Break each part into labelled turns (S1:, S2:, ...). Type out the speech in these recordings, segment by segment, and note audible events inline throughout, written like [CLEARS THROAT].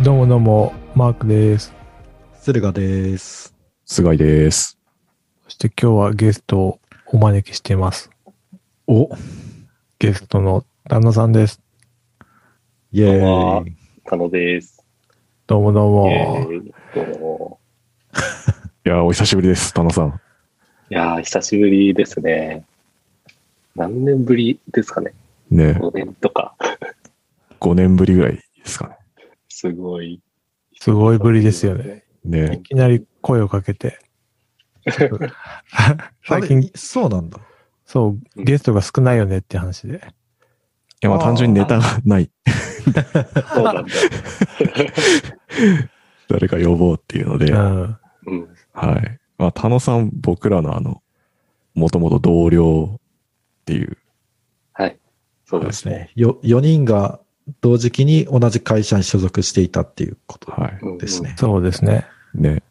S1: どうもどうも、マークです。
S2: 駿河です。
S3: 菅井です。
S1: そして今日はゲストをお招きしています。
S2: お
S1: ゲストの旦那さんです。
S2: イェ
S4: こんばんは
S2: ーイ。
S4: 佐野です。
S1: どうもどう
S4: え
S1: も。
S4: ーっと
S3: いやー、お久しぶりです、田野さん。
S4: いやー、久しぶりですね。何年ぶりですかね
S3: ね、
S4: ?5 年とか。
S3: 5年ぶりぐらいですか
S4: すごい。
S1: すごいぶりですよね。
S3: ね。
S1: い
S3: ね、
S1: きなり声をかけて。最
S2: あ
S1: 近
S2: れ、そうなんだ。
S1: そう、ゲストが少ないよねって話で。
S3: いや、まあ
S2: あー
S3: 単純にネタがない。
S4: そうなんだ。
S3: 誰か呼ぼうっていうので、
S1: う
S3: はい。
S1: ん。
S4: うん。
S3: まあ、田野さん、僕らのあの、もともと同僚っていう、
S4: はい。そ
S2: そ
S4: う
S2: う
S4: で。
S2: ですすね。よ、4人が同時期に同じ会社に所属していたっていうこと
S3: は
S2: ですね。
S1: そう [LAUGHS] ですね。
S3: い。ね。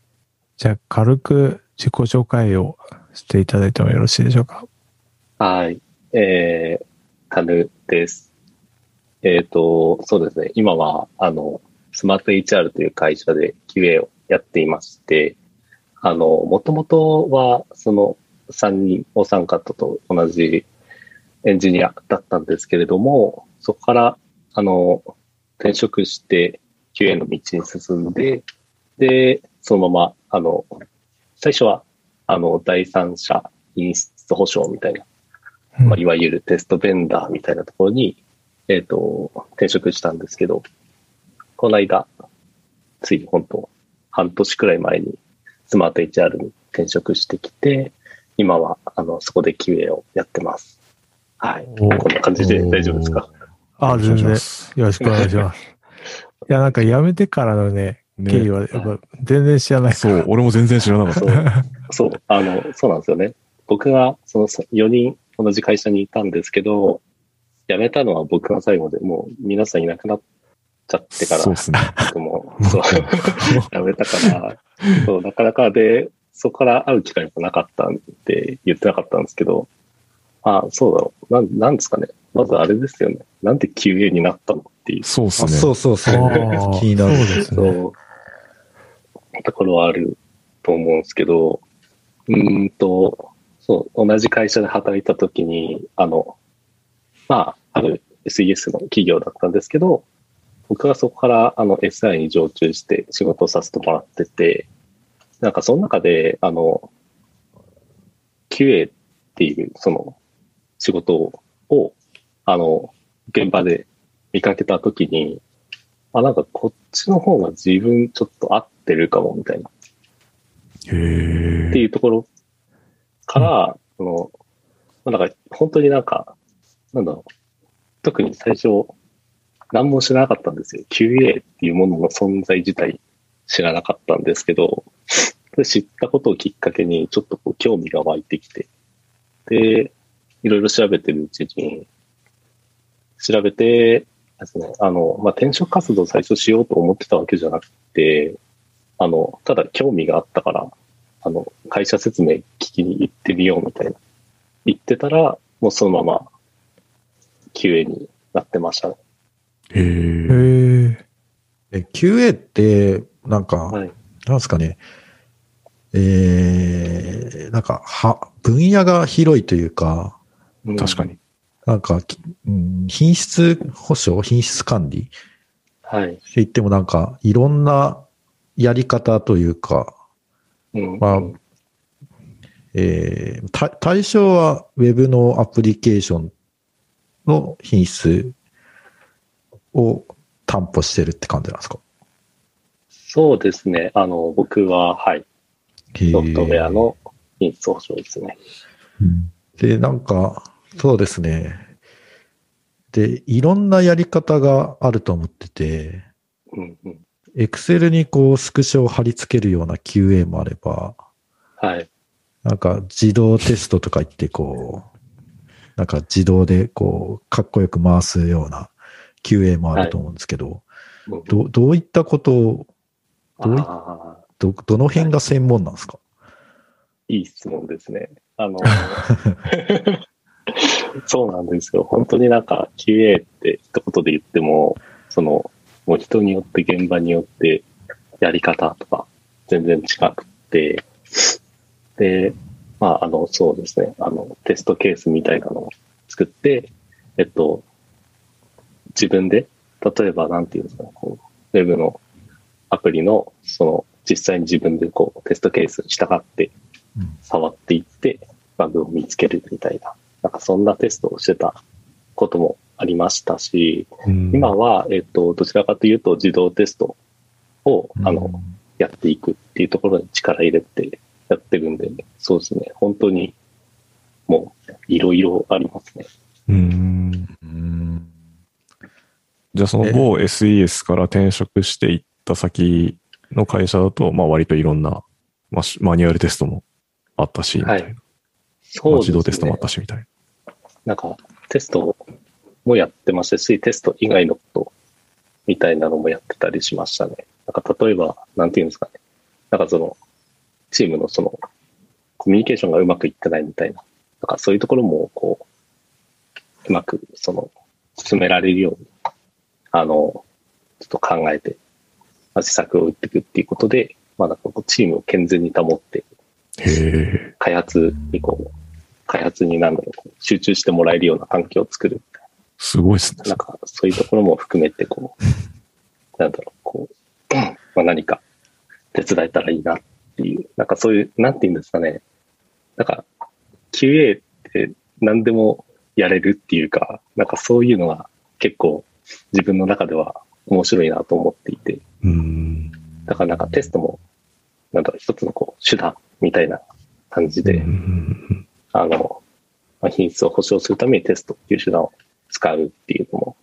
S1: じゃあ、軽く自己紹介をしていただいてもよろしいでしょうか。
S4: うんうん。はい。えー、タヌです。えーっ、と、そうですね。今は、あの、スマート HR という会社で QA をやっていまして、あの、もともとは、その、3人、お三方と同じエンジニアだったんですけれども、そこから、あの、転職して QA の道に進んで、で、そのまま、あの、最初は、あの、第三者品質保証みたいな、
S1: うん
S4: まあ、いわゆるテストベンダーみたいなところに、えっ、と、転職したんですけど、この間、つい本当、半年くらい前に、スマート HR に転職してきて、今は、あの、そこで QA をやってます。はい。
S1: お
S4: こんな感じで大丈夫ですか
S1: あ、全然。よ
S3: す。
S1: ろしくお願いします。いや、なんか辞めてからのね、経緯
S3: ね。
S1: は、やっぱ全然知らないか
S3: そ
S1: ら。
S3: う、俺も全然知らなかっ
S4: そう。そう、あの、そうなんですよね。僕が、その4人同じ会社にいたんですけど、辞めたのは僕が最後で、もう皆さんいなくなっちゃってか
S3: た。
S4: ら、
S3: そうっすね。
S4: 僕も、そう、辞めたから、そう、なかなかで、そこから会う機会もなかったんで、言ってなかったんですけど、あそうだろう。なん、なんですかね。まずあれですよね。なんで QA になったのっていう
S3: そうっす
S2: あ
S3: ね。
S2: そうそうそう
S1: あ。ー
S2: 気になる。
S1: そうですね。
S4: そう、ところはあると思うんですけど、うーんと、そう、同じ会社で働いたときに、あの、まあ、ある SES の企業だったんですけど、僕はそこからあの SI に常駐して仕事をさせてもらってて、なんかその中で、あの、QA っていう、その、仕事をを、あの、現場で見かけたときに、あ、なんかこっちの方が自分ちょっと合ってるかもみたいな、
S3: へえ
S4: って。いうところから、その、まあ、なんか本当になんか、なんだろう、特に最初、何も知らなかったんですよ。QA っていうものの存在自体知らなかったんですけど、それ知ったことをきっかけにちょっとこう興味が湧いてきて、で、いろいろ調べてるうちに、調べて、ですね、あの、まあ、転職活動を最初しようと思ってたわけじゃなくて、あの、ただ興味があったから、あの、会社説明聞きに行ってみようみたいな。行ってたら、もうそのまま QA になってましたね。
S3: へえ
S1: へ。え。
S2: え QA って、なんか、
S4: はい。
S2: なんですかね。えー、なんか、は、分野が広いというか、
S3: 確かに。
S2: なんか、きうん品質保証品質管理
S4: はい。
S2: って言ってもなんか、いろんなやり方というか、
S4: うん
S2: まあ、えーた対象は Web のアプリケーションの品質を担保してるって感じなんですか
S4: そうですね。あの、僕は、はい。ソフトウェアの品質保証ですね。
S2: で、なんか、そうですね。で、いろんなやり方があると思ってて、
S4: うんうん。
S2: Excel にこうスクショを貼り付けるような QA もあれば、
S4: はい。
S2: なんか自動テストとか言ってこう、なんか自動でこう、かっこよく回すような QA もあると思うんですけど、
S4: うん
S2: ど、どういったことを、どうい
S4: ああ、
S2: ど、どの辺が専門なんですか、
S4: いい質問ですね。あの、そうなんですよ。本当になんか QA って一言で言っても、その、もう人によって現場によってやり方とか全然違くって、で、まあ、あの、そうですね、あの、テストケースみたいなのを作って、えっと、自分で、例えば、なんていうんですかね、こう、ウェブのアプリの、その、実際に自分でこう、テストケースに従って
S2: うん、
S4: 触っていって、バグを見つけるみたいな、なんかそんなテストをしてたこともありましたし、今は、えっと、どちらかというと自動テストを、あの、やっていくっていうところに力入れてやってるんで、そうですね、本当にもういろいろありますね。
S3: うん。
S2: うん、
S3: じゃあその某 SES から転職していった先の会社だと、まあ割といろんな、まあ、しマニュアルテストもあったし、みたいな
S4: はい
S3: まあ
S4: そうです
S3: 自
S4: ね。
S3: 動テストもあったし、みたいな。
S4: なんかテストもやってましたし、テスト以外のことみたいなのもやってたりしましたね。なんか例えば、なんていうんですかね。なんかその、チームのその、コミュニケーションがうまくいってないみたいな。なんかそういうところも、こう、うまく、その、進められるように、あの、ちょっと考えて、まあ施策を打っていくっていうことで、まあなんかこうチームを健全に保って、
S3: へえ。
S4: 開発にこう、開発になんだろう、こう集中してもらえるような環境を作る。
S3: すごいですね。
S4: なんか、そういうところも含めて、こう、なんだろう、こう、まあ、何か手伝えたらいいなっていう、なんかそういう、なんて言うんですかね。なんか、QA って何でもやれるっていうか、なんかそういうのが結構自分の中では面白いなと思っていて、
S3: うん。
S4: だからなんかテストも、なんだろう、一つのこう、手段みたいな感じで
S3: う、ん
S4: あの、まあ品質を保証するためにテストっていう手段を使うっていうのも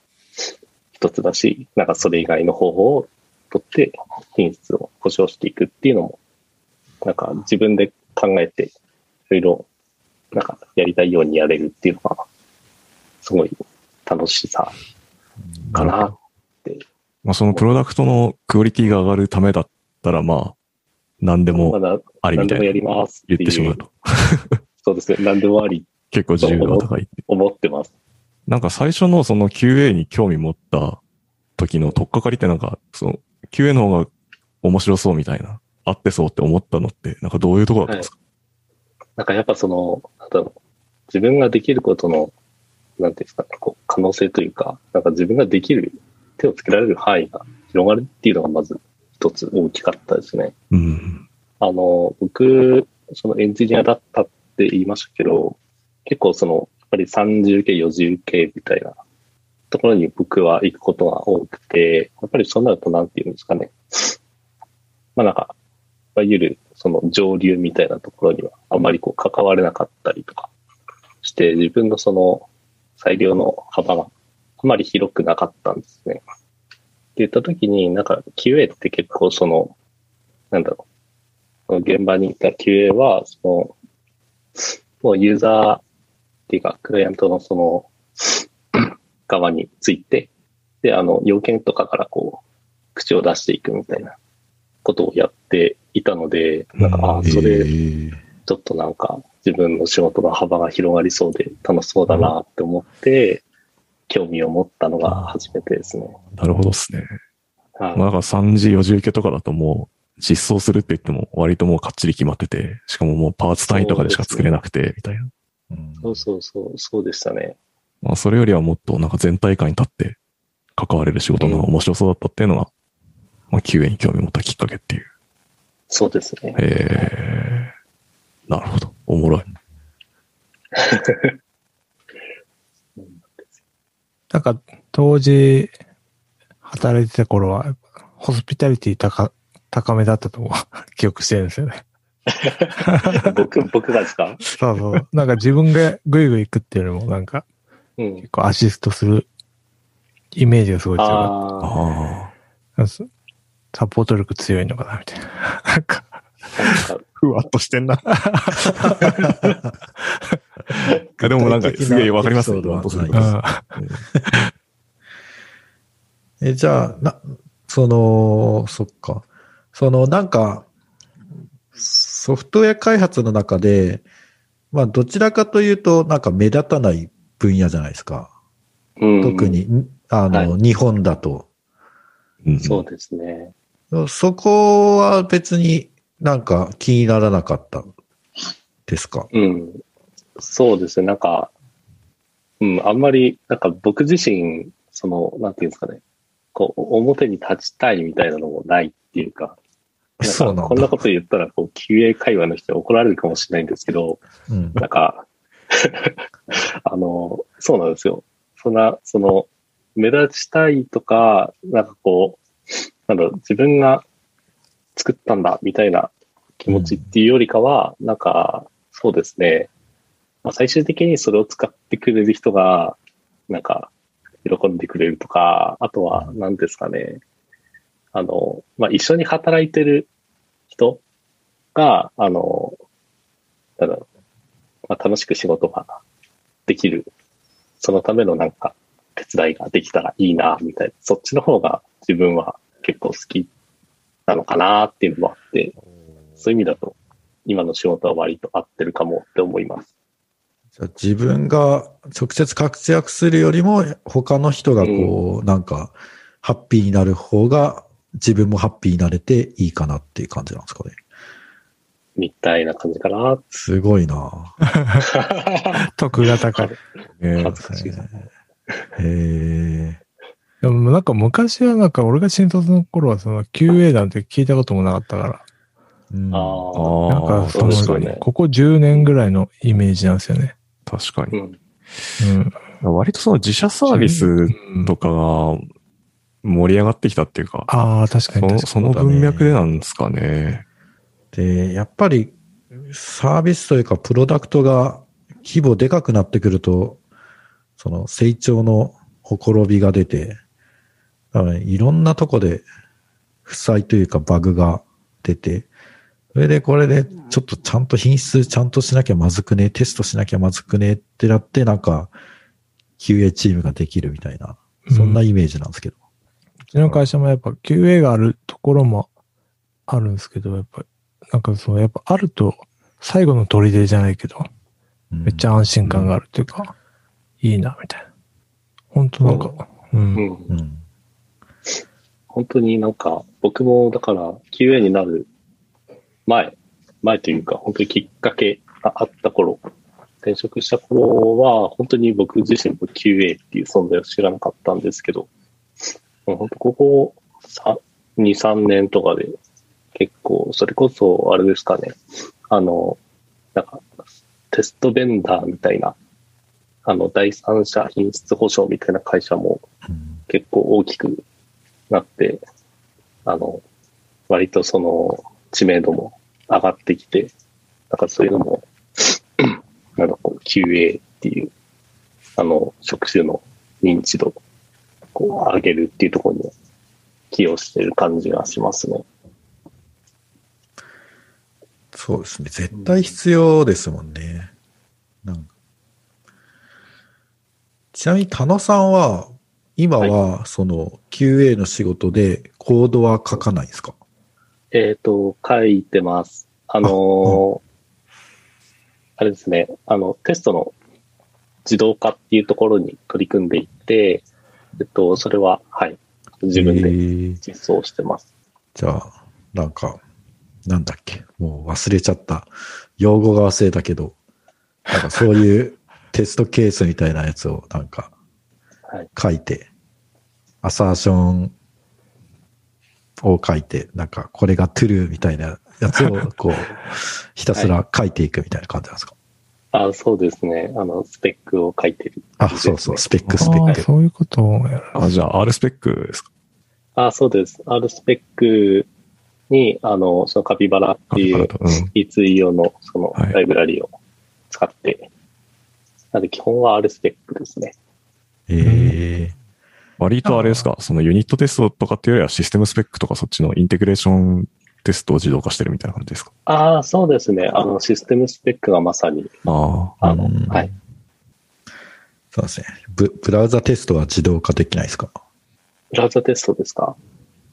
S4: 一つだし、なんかそれ以外の方法を取って品質を保証していくっていうのも、なんか自分で考えて、いろいろ、なんかやりたいようにやれるっていうのが、すごい楽しさか
S3: なる
S4: な
S3: ほ
S4: って。
S3: まあそのプロダクトのクオリティが上がるためだったら、まあ、何で
S4: ま
S3: も
S4: だ
S3: あり
S4: 何
S3: みた
S4: でもや
S3: い
S4: り
S3: な
S4: ます
S3: 言
S4: っ
S3: っててし
S4: い
S3: ま
S4: う
S3: う。と、
S4: そうですね。何でもありって
S3: 結構自由が高いっていう。
S4: 思ってます。
S3: なんか最初のその QA に興味持った時の取っかかりってなんか、その QA の方が面白そうみたいな、合ってそうって思ったのって、なんかどういうとこだったんですか、
S4: なんかやっぱその、なんだろう自分ができることの、なんていうんですかね、こう可能性というか、なんか自分ができる、手をつけられる範囲が広がるっていうのがまず一つ大きかったですね。
S3: うん。
S4: あの、僕、そのエンジニアだったって言いましたけど、結構その、やっぱり30系、40系みたいなところに僕は行くことが多くて、やっぱりそうなるとなんていうんですかね。まあなんか、いわゆるその上流みたいなところにはあまりこう関われなかったりとかして、自分のその裁量の幅があまり広くなかったんですね。って言った時に、なんか QA って結構その、なんだろう。その現場にいた QA は、その、もうユーザーっていうか、クライアントのその、側について、で、あの、要件とかからこう、口を出していくみたいなことをやっていたので、なんか、ああ、それ、ちょっとなんか自分の仕事の幅が広がりそうで楽しそうだなって思って、興味を持ったのが初めてですね。
S3: なるほどですね。
S4: はい
S3: まあ、なんか3時、4時受けとかだともう、実装するって言っても割ともうかっちり決まってて、しかももうパーツ単位とかでしか作れなくて、みたいな。
S2: うん
S4: そうそうそう、そうでしたね。
S3: まあ、それよりはもっとなんか全体感に立って関われる仕事の方が面白そうだったっていうのが、まあ、QA に興味持ったきっかけっていう。
S4: そうですね。
S3: えー、なるほど。おもろい。
S1: なんか、当時、働いてた頃は、ホスピタリティ高、高めだったと思う [LAUGHS] 記憶してるんですよね。
S4: 僕、僕がですか
S1: そうそう。 [LAUGHS] なんか自分がぐいぐい行くっていうよりも、なんか、
S4: うん。
S1: 結構アシストするイメージがすごい強かっ
S4: ああ、
S3: あ
S1: た。そうサポート力強いのかな、みたいな。 [LAUGHS] なんか、
S4: なんか、
S3: ふわっとしてんな。 [LAUGHS] でもなんかすげえわかりますね。
S2: 具体的なエピソードはない
S3: ふわっとする
S1: う
S3: の
S1: ん [LAUGHS]
S2: え、じゃあ、な、その、そっか。その、なんか、ソフトウェア開発の中で、まあ、どちらかというと、なんか目立たない分野じゃないですか。
S4: うん
S2: 特。に、あの、
S4: は
S2: 日本だと。
S3: うん
S4: そうですね。
S2: そこは別になんか気にならなかったですか
S4: うん。そうですね。なんか、うん、あんまり、なんか僕自身、その、なんていうんですかね、こう、表に立ちたいみたいなのもないっていうか、なんか
S2: そうなんだ。
S4: こんなこと言ったら、こう、QA 会話の人に怒られるかもしれないんです
S2: [LAUGHS]
S4: けど、
S2: うん。
S4: なんか、 [LAUGHS] あの、そうなんですよ。そんな、その、目立ちたいとか、なんかこう、なんだろう自分が作ったんだ、みたいな気持ちっていうよりかは、なんか、そうですね。まあ、最終的にそれを使ってくれる人が、なんか、喜んでくれるとか、あとは、何ですかね。あの、まあ、一緒に働いてる人が、あの、なんだろうまあ、楽しく仕事ができる。そのためのなんか、手伝いができたらいいな、みたいな。そっちの方が自分は結構好きなのかなっていうのもあって、そういう意味だと、今の仕事は割と合ってるかもって思います。
S2: じゃあ自分が直接活躍するよりも他の人がこう、なんかハッピーになる方が自分もハッピーになれていいかなっていう感じなんですかね。
S4: みたいな感じかな。
S2: すごいなぁ。
S1: 得が
S3: [LAUGHS]
S1: 高い。
S3: ね
S4: 恥ずかしいな
S2: へえ。
S1: でもなんか昔はなんか俺が新卒の頃はその QA なんて聞いたこともなかったか
S2: うん
S4: あ
S3: あ
S4: あ、
S1: ら。なん
S3: あ
S1: か
S3: ー、
S1: その、
S3: 確
S4: 確
S3: か
S4: か
S3: に
S4: に。
S1: ここ10年ぐらいのイメージなんですよね。
S3: 確か
S4: う
S3: に。
S4: ん。
S1: うん。
S3: 割とその自社サービスとかが盛り上がってきたっていうか、
S1: ああ、確か
S3: そ
S1: に
S3: の
S1: 確か
S3: その文脈でなんですかね。
S2: で、やっぱりサービスというかプロダクトが規模でかくなってくると、その成長のほころびが出て、多分いろんなとこで負債というかバグが出て、それでこれでちょっとちゃんと品質ちゃんとしなきゃまずくね、テストしなきゃまずくねってなってなんか QA チームができるみたいな、
S1: うん
S2: そんなイメージなんですけど。
S1: うちの会社もやっぱ QA があるところもあるんですけど、やっぱ、なんかそう、やっぱあると最後の砦じゃないけど、
S2: うん
S1: めっちゃ安心感があるっていうか、いいな、みたいな。本当なんか、う。
S4: うんん
S2: う。ん。
S4: 本当になんか、僕もだから QA になる前、前というか、本当にきっかけがあった頃、転職した頃は、本当に僕自身も QA っていう存在を知らなかったんですけど、もう本当ここさ2、3年とかで、結構、それこそ、あれですかね、あの、なんか、テストベンダーみたいな、あの、第三者品質保証みたいな会社も
S2: うん
S4: 結構大きくなって、あの、割とその知名度も上がってきて、なんかそういうのも、 [CLEARS THROAT] なんかこう QA っていう、あの、職種の認知度をこう上げるっていうところに寄与してる感じがしますね。
S2: そうですね。絶対必要ですもんね。なんかちなみに、田野さんは、今は、その、QA の仕事で、コードは書かないんですか
S4: えっ、と、書いてます。あのーあれですね、あの、テストの自動化っていうところに取り組んでいて、えっと、それは、はい、自分
S2: え
S4: で
S2: ー
S4: 実装してます。
S2: じゃあ、なんか、なんだっけ。もう忘れちゃった。用語が忘れたけど、なんかそういうテストケースみたいなやつを、なんか、
S4: はい。
S2: 書いて、アサーションを書いて、なんか、これがトゥルーみたいなやつを、
S4: [LAUGHS]
S2: こう、ひたすら書いていくみたいな感じなんですか。
S4: あ、そうですね。あの、スペックを書いてる。
S2: あ、そうそう、スペック、スペ
S1: あ
S2: ッ
S1: あ、
S2: ク。
S1: そういうことをやる。
S3: あ、じゃあ R スペックですか
S4: あ、そうです。R スペックに、あの、そのカピバラっていう
S3: カピバラとうん
S4: E2 用のその
S3: はい
S4: ライブラリを使って、なので基本は R スペックですね。
S2: ええ
S3: 割とあれですかそのユニットテストとかっていうよりはシステムスペックとかそっちのインテグレーションテストを自動化してるみたいな感じですか
S4: ああ、そうですね。あの、システムスペックがまさに、
S3: あ
S4: あの
S2: うん、
S4: はい。
S2: そうですねブ。ブラウザテストは自動化できないですか
S4: ブラウザテストですか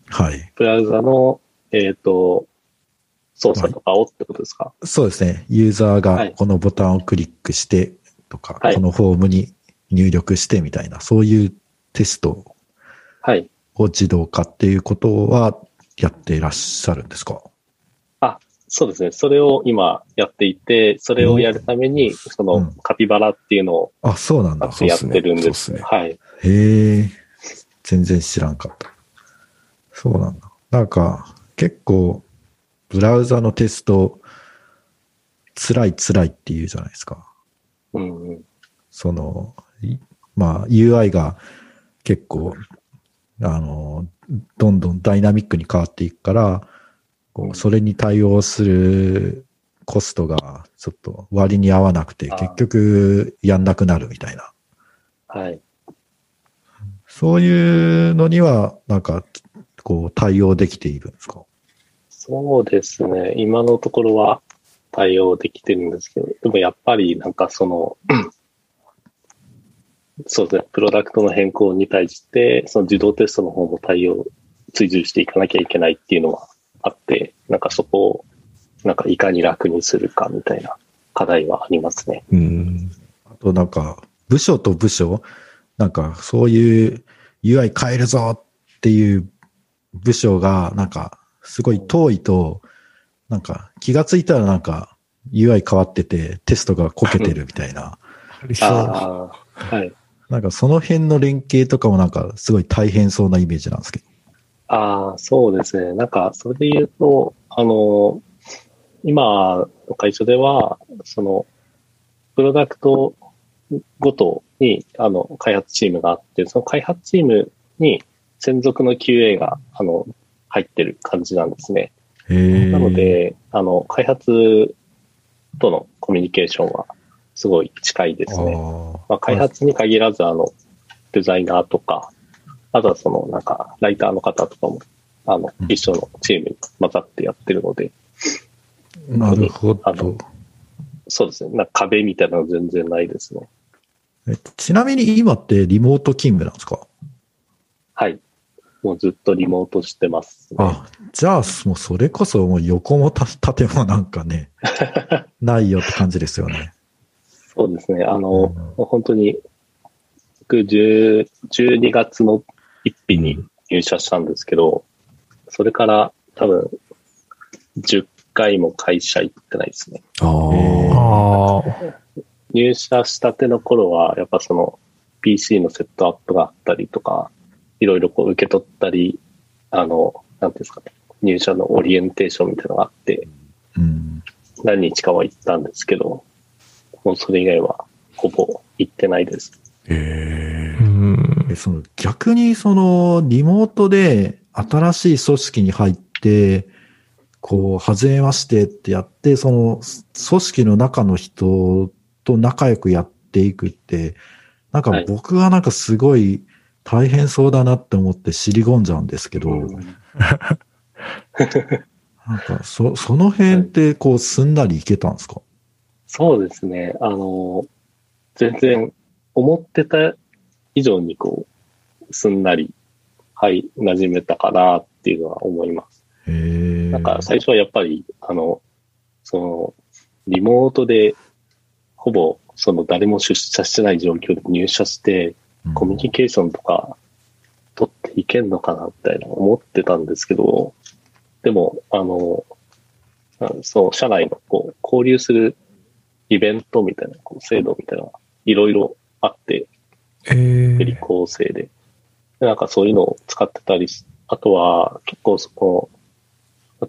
S2: はい。
S4: ブラウザの、えっ、と、操作とかをってことですか、
S2: そうですね。ユーザー
S4: は
S2: が
S4: い
S2: このボタンをクリックしてとか、
S4: はい
S2: このフォームに入力してみたいな、そういうテスト
S4: はい。
S2: を自動化っていうことはやっていらっしゃるんですか
S4: そうですね。それを今やっていて、それをやるために、そ
S2: うん
S4: のカピバラっていうのを
S2: あ、そうなんだ。
S4: 使ってやってるんです。
S3: そうっすね
S4: はい。
S2: へえ、全然知らんかった。そうなんだ。なんか、結構、ブラウザのテスト、辛い辛いって言うじゃないですか。
S4: うんうん。
S2: その、いまあ、UI が結構、あの、どんどんダイナミックに変わっていくから、こうそれに対応するコストがちょっと割に合わなくて、
S4: あー
S2: 結局やんなくなるみたいな。
S4: はい。
S2: そういうのには、なんか、こう、対応できているんですか
S4: そうですね。今のところは対応できてるんですけど、でもやっぱりなんかその、そうですね。プロダクトの変更に対して、その自動テストの方も対応、追従していかなきゃいけないっていうのはあって、なんかそこを、なんかいかに楽にするかみたいな課題はありますね。
S3: うん。
S2: あと、なんか、部署と部署、なんか、そういう UI 変えるぞっていう部署が、なんか、すごい遠いと、なんか、気がついたらなんか、UI 変わってて、テストがこけてるみたいな。
S3: あり
S4: ああー、はい。
S2: なんか、その辺の連携とかもなんか、すごい大変そうなイメージなんですけど。
S4: ああ、そうですね。なんか、それで言うと、あの、今の会社では、その、プロダクトごとに、あの、開発チームがあって、その開発チームに専属の QA が、あの、入ってる感じなんですね。
S2: へ
S4: なの、で、あの、開発とのコミュニケーションは、すごい近いですね。まあ、開発に限らず、あの、デザイナーとか、あとはその、なんか、ライターの方とかも、あの
S2: うん、
S4: 一緒のチームに混ざってやってるので、
S2: なるほ
S4: あ
S2: ど
S4: の。そうですね。なんか壁みたいなの全然ないですね。
S2: えちなみに今ってリモート勤務なんですか
S4: はい。もうずっとリモートしてます、ね。
S2: あ、じゃあ、もうそれこそもう横もた縦もなんかね、ないよって感じですよね。
S4: そうですね。あの、
S2: うん
S4: もう本当に、僕、10 12月の1日に入社したんですけど、それから多分、10回も会社行ってないですね。
S3: あ
S2: え
S3: あ。
S1: あ
S4: 入社したての頃は、やっぱその PC のセットアップがあったりとか、いろいろこう受け取ったり、あの、なんていうんですかね、入社のオリエンテーションみたいなのがあって、
S2: うん。
S4: 何日かは行ったんですけど、もうそれ以外はほぼ行ってないです。
S3: え
S1: あ、うん。
S2: えその逆にそのリモートで新しい組織に入って、こう、はじめましてってやって、その組織の中の人と仲良くやっていくって、なんか
S4: はい
S2: 僕はなんかすごい大変そうだなって思って尻込んじゃうんですけど、なんか、そ、その辺って、こう、すんなりいけたんですか
S4: そうですね、あの、全然思ってた以上にこう、すんなり、はい、馴染めたかなっていうのは思います。
S2: へえ。
S4: なんか最初はやっぱり、あの、その、リモートで、ほぼ、その誰も出社してない状況で入社して、
S2: うん
S4: コミュニケーションとか、取っていけんのかな、みたいな思ってたんですけど、でも、あの、あそう、社内の、こう、交流するイベントみたいな、こう、制度みたいな、いろいろあって、
S1: え
S4: 福利
S1: ー、
S4: 構成で。なんかそういうのを使ってたりし、あとは結構そこ、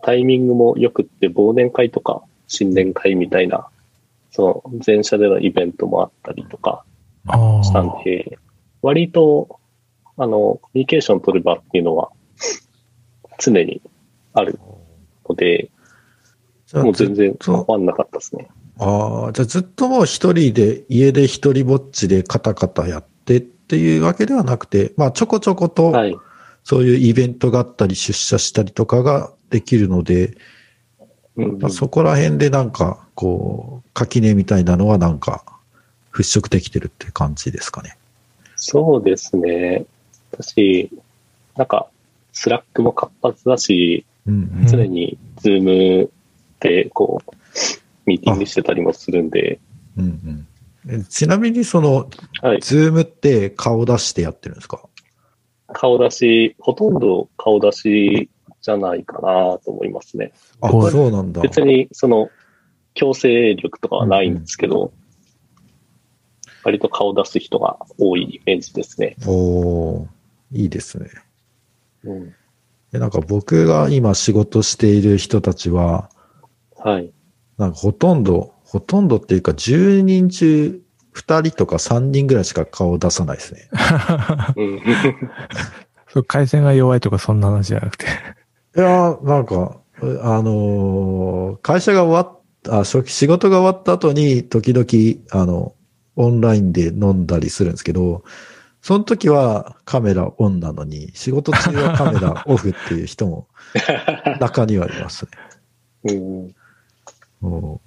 S4: タイミングも良くって忘年会とか新年会みたいな、その前社でのイベントもあったりとか
S1: あ
S4: した
S1: あ
S4: んで、割と、あの、コミュニケーション取ればっていうのは常にあるので、
S2: じゃあ
S4: もう全然
S2: ずっ
S4: 変
S2: と
S4: わんなかったですね。
S2: ああ、じゃあずっともう一人で、家で一人ぼっちでカタカタやってっていうわけではなくて、まあ、ちょこちょこと、
S4: はい。
S2: そういうイベントがあったり、出社したりとかができるので、
S4: うん
S2: まあそこら辺でなんか、こう、垣根みたいなのはなんか、払拭できてるっていう感じですかね。
S4: そうですね。私、なんか、スラックも活発だし、
S2: うん
S4: 常にズームで、こう、ミーティングしてたりもするんで、
S2: うん。うんうん。えちなみに、その、
S4: はい。
S2: ズームって顔出してやってるんですか
S4: 顔出し、ほとんど顔出しじゃないかなと思いますね。
S2: あ、
S1: はい
S2: そうなんだ。
S4: 別に、その、強制力とかはないんですけど、割と顔出す人が多いイメージですね。
S2: おーいいですね。
S4: うん。
S2: えなんか僕が今仕事している人たちは、
S4: はい。
S2: なんかほとんど、ほとんどっていうか10人中2人とか3人ぐらいしか顔を出さないですね。
S4: うん。
S1: そう回線が弱いとかそんな話じゃなくて。
S2: いやーなんか、うあのー会社が終わった、あ、初期仕事が終わった後に、時々、あの、オンラインで飲んだりするんですけど、その時はカメラオンなのに、仕事中はカメラオフっていう人も中にはいますね。
S4: う
S2: う
S4: ん、
S2: ん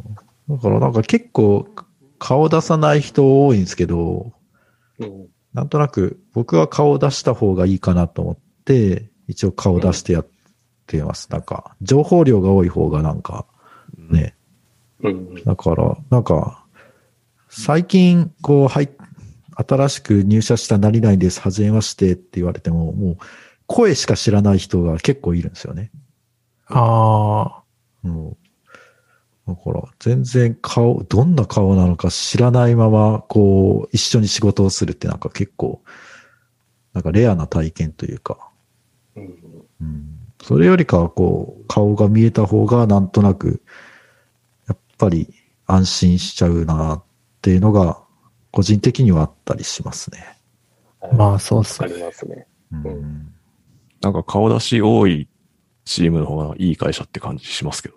S2: だからなんか結構顔出さない人多いんですけど、
S4: うん
S2: なんとなく僕は顔を出した方がいいかなと思って、一応顔を出してやってます。なんか、情報量が多い方がなんか、ね。
S4: うん。
S2: だから、なんか、最近、こう、はい、新しく入社した何々です、はじめましてって言われても、もう、声しか知らない人が結構いるんですよね。
S1: あ
S2: うん。だから、全然顔、どんな顔なのか知らないまま、こう、一緒に仕事をするってなんか結構、なんかレアな体験というか、
S4: うん
S2: うん。それよりかは、こう、顔が見えた方が、なんとなく、やっぱり安心しちゃうなっていうのが、個人的にはあったりしますね。
S1: あ、まあそうっ
S4: わ
S1: す
S4: か
S1: ね。
S4: りますね。
S2: うん。
S4: うん
S3: なんか顔出し多いチームの方がいい会社って感じしますけど。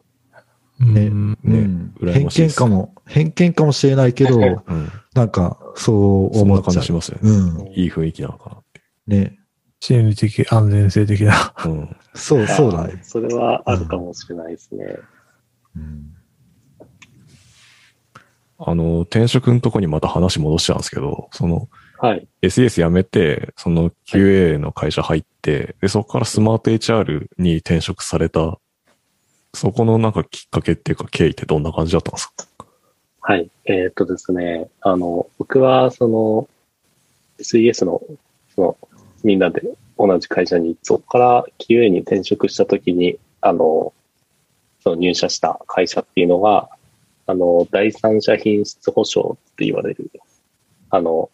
S1: うん。
S3: ね
S2: うん
S3: 羨
S2: 偏
S3: ましいで
S2: 見
S3: す
S2: かも、偏見かもしれないけど、
S3: うん。
S2: なんか、そう
S3: そん
S2: 思
S3: な
S2: っ
S3: 感
S2: ちゃ
S3: じ
S2: う。
S3: しますよね。
S2: うん。
S3: いい雰囲気なのかなってい
S2: ね。
S1: チーム的安全性的な。
S3: う。うん。
S2: そう、そうだね
S4: あ。それはあるかもしれないですね。
S2: うん
S3: あの、転職のとこにまた話戻しちゃうんですけど、その、
S4: はい。
S3: SES 辞めて、その QA の会社入って、で、そこからスマート HR に転職された、そこのなんかきっかけっていうか経緯ってどんな感じだったんですか
S4: はい。えーっとですね、あの、僕は、その、SES の、その、みんなで同じ会社に、そこから QA に転職したときに、あの、その入社した会社っていうのが、あの、第三者品質保証って言われる、あの、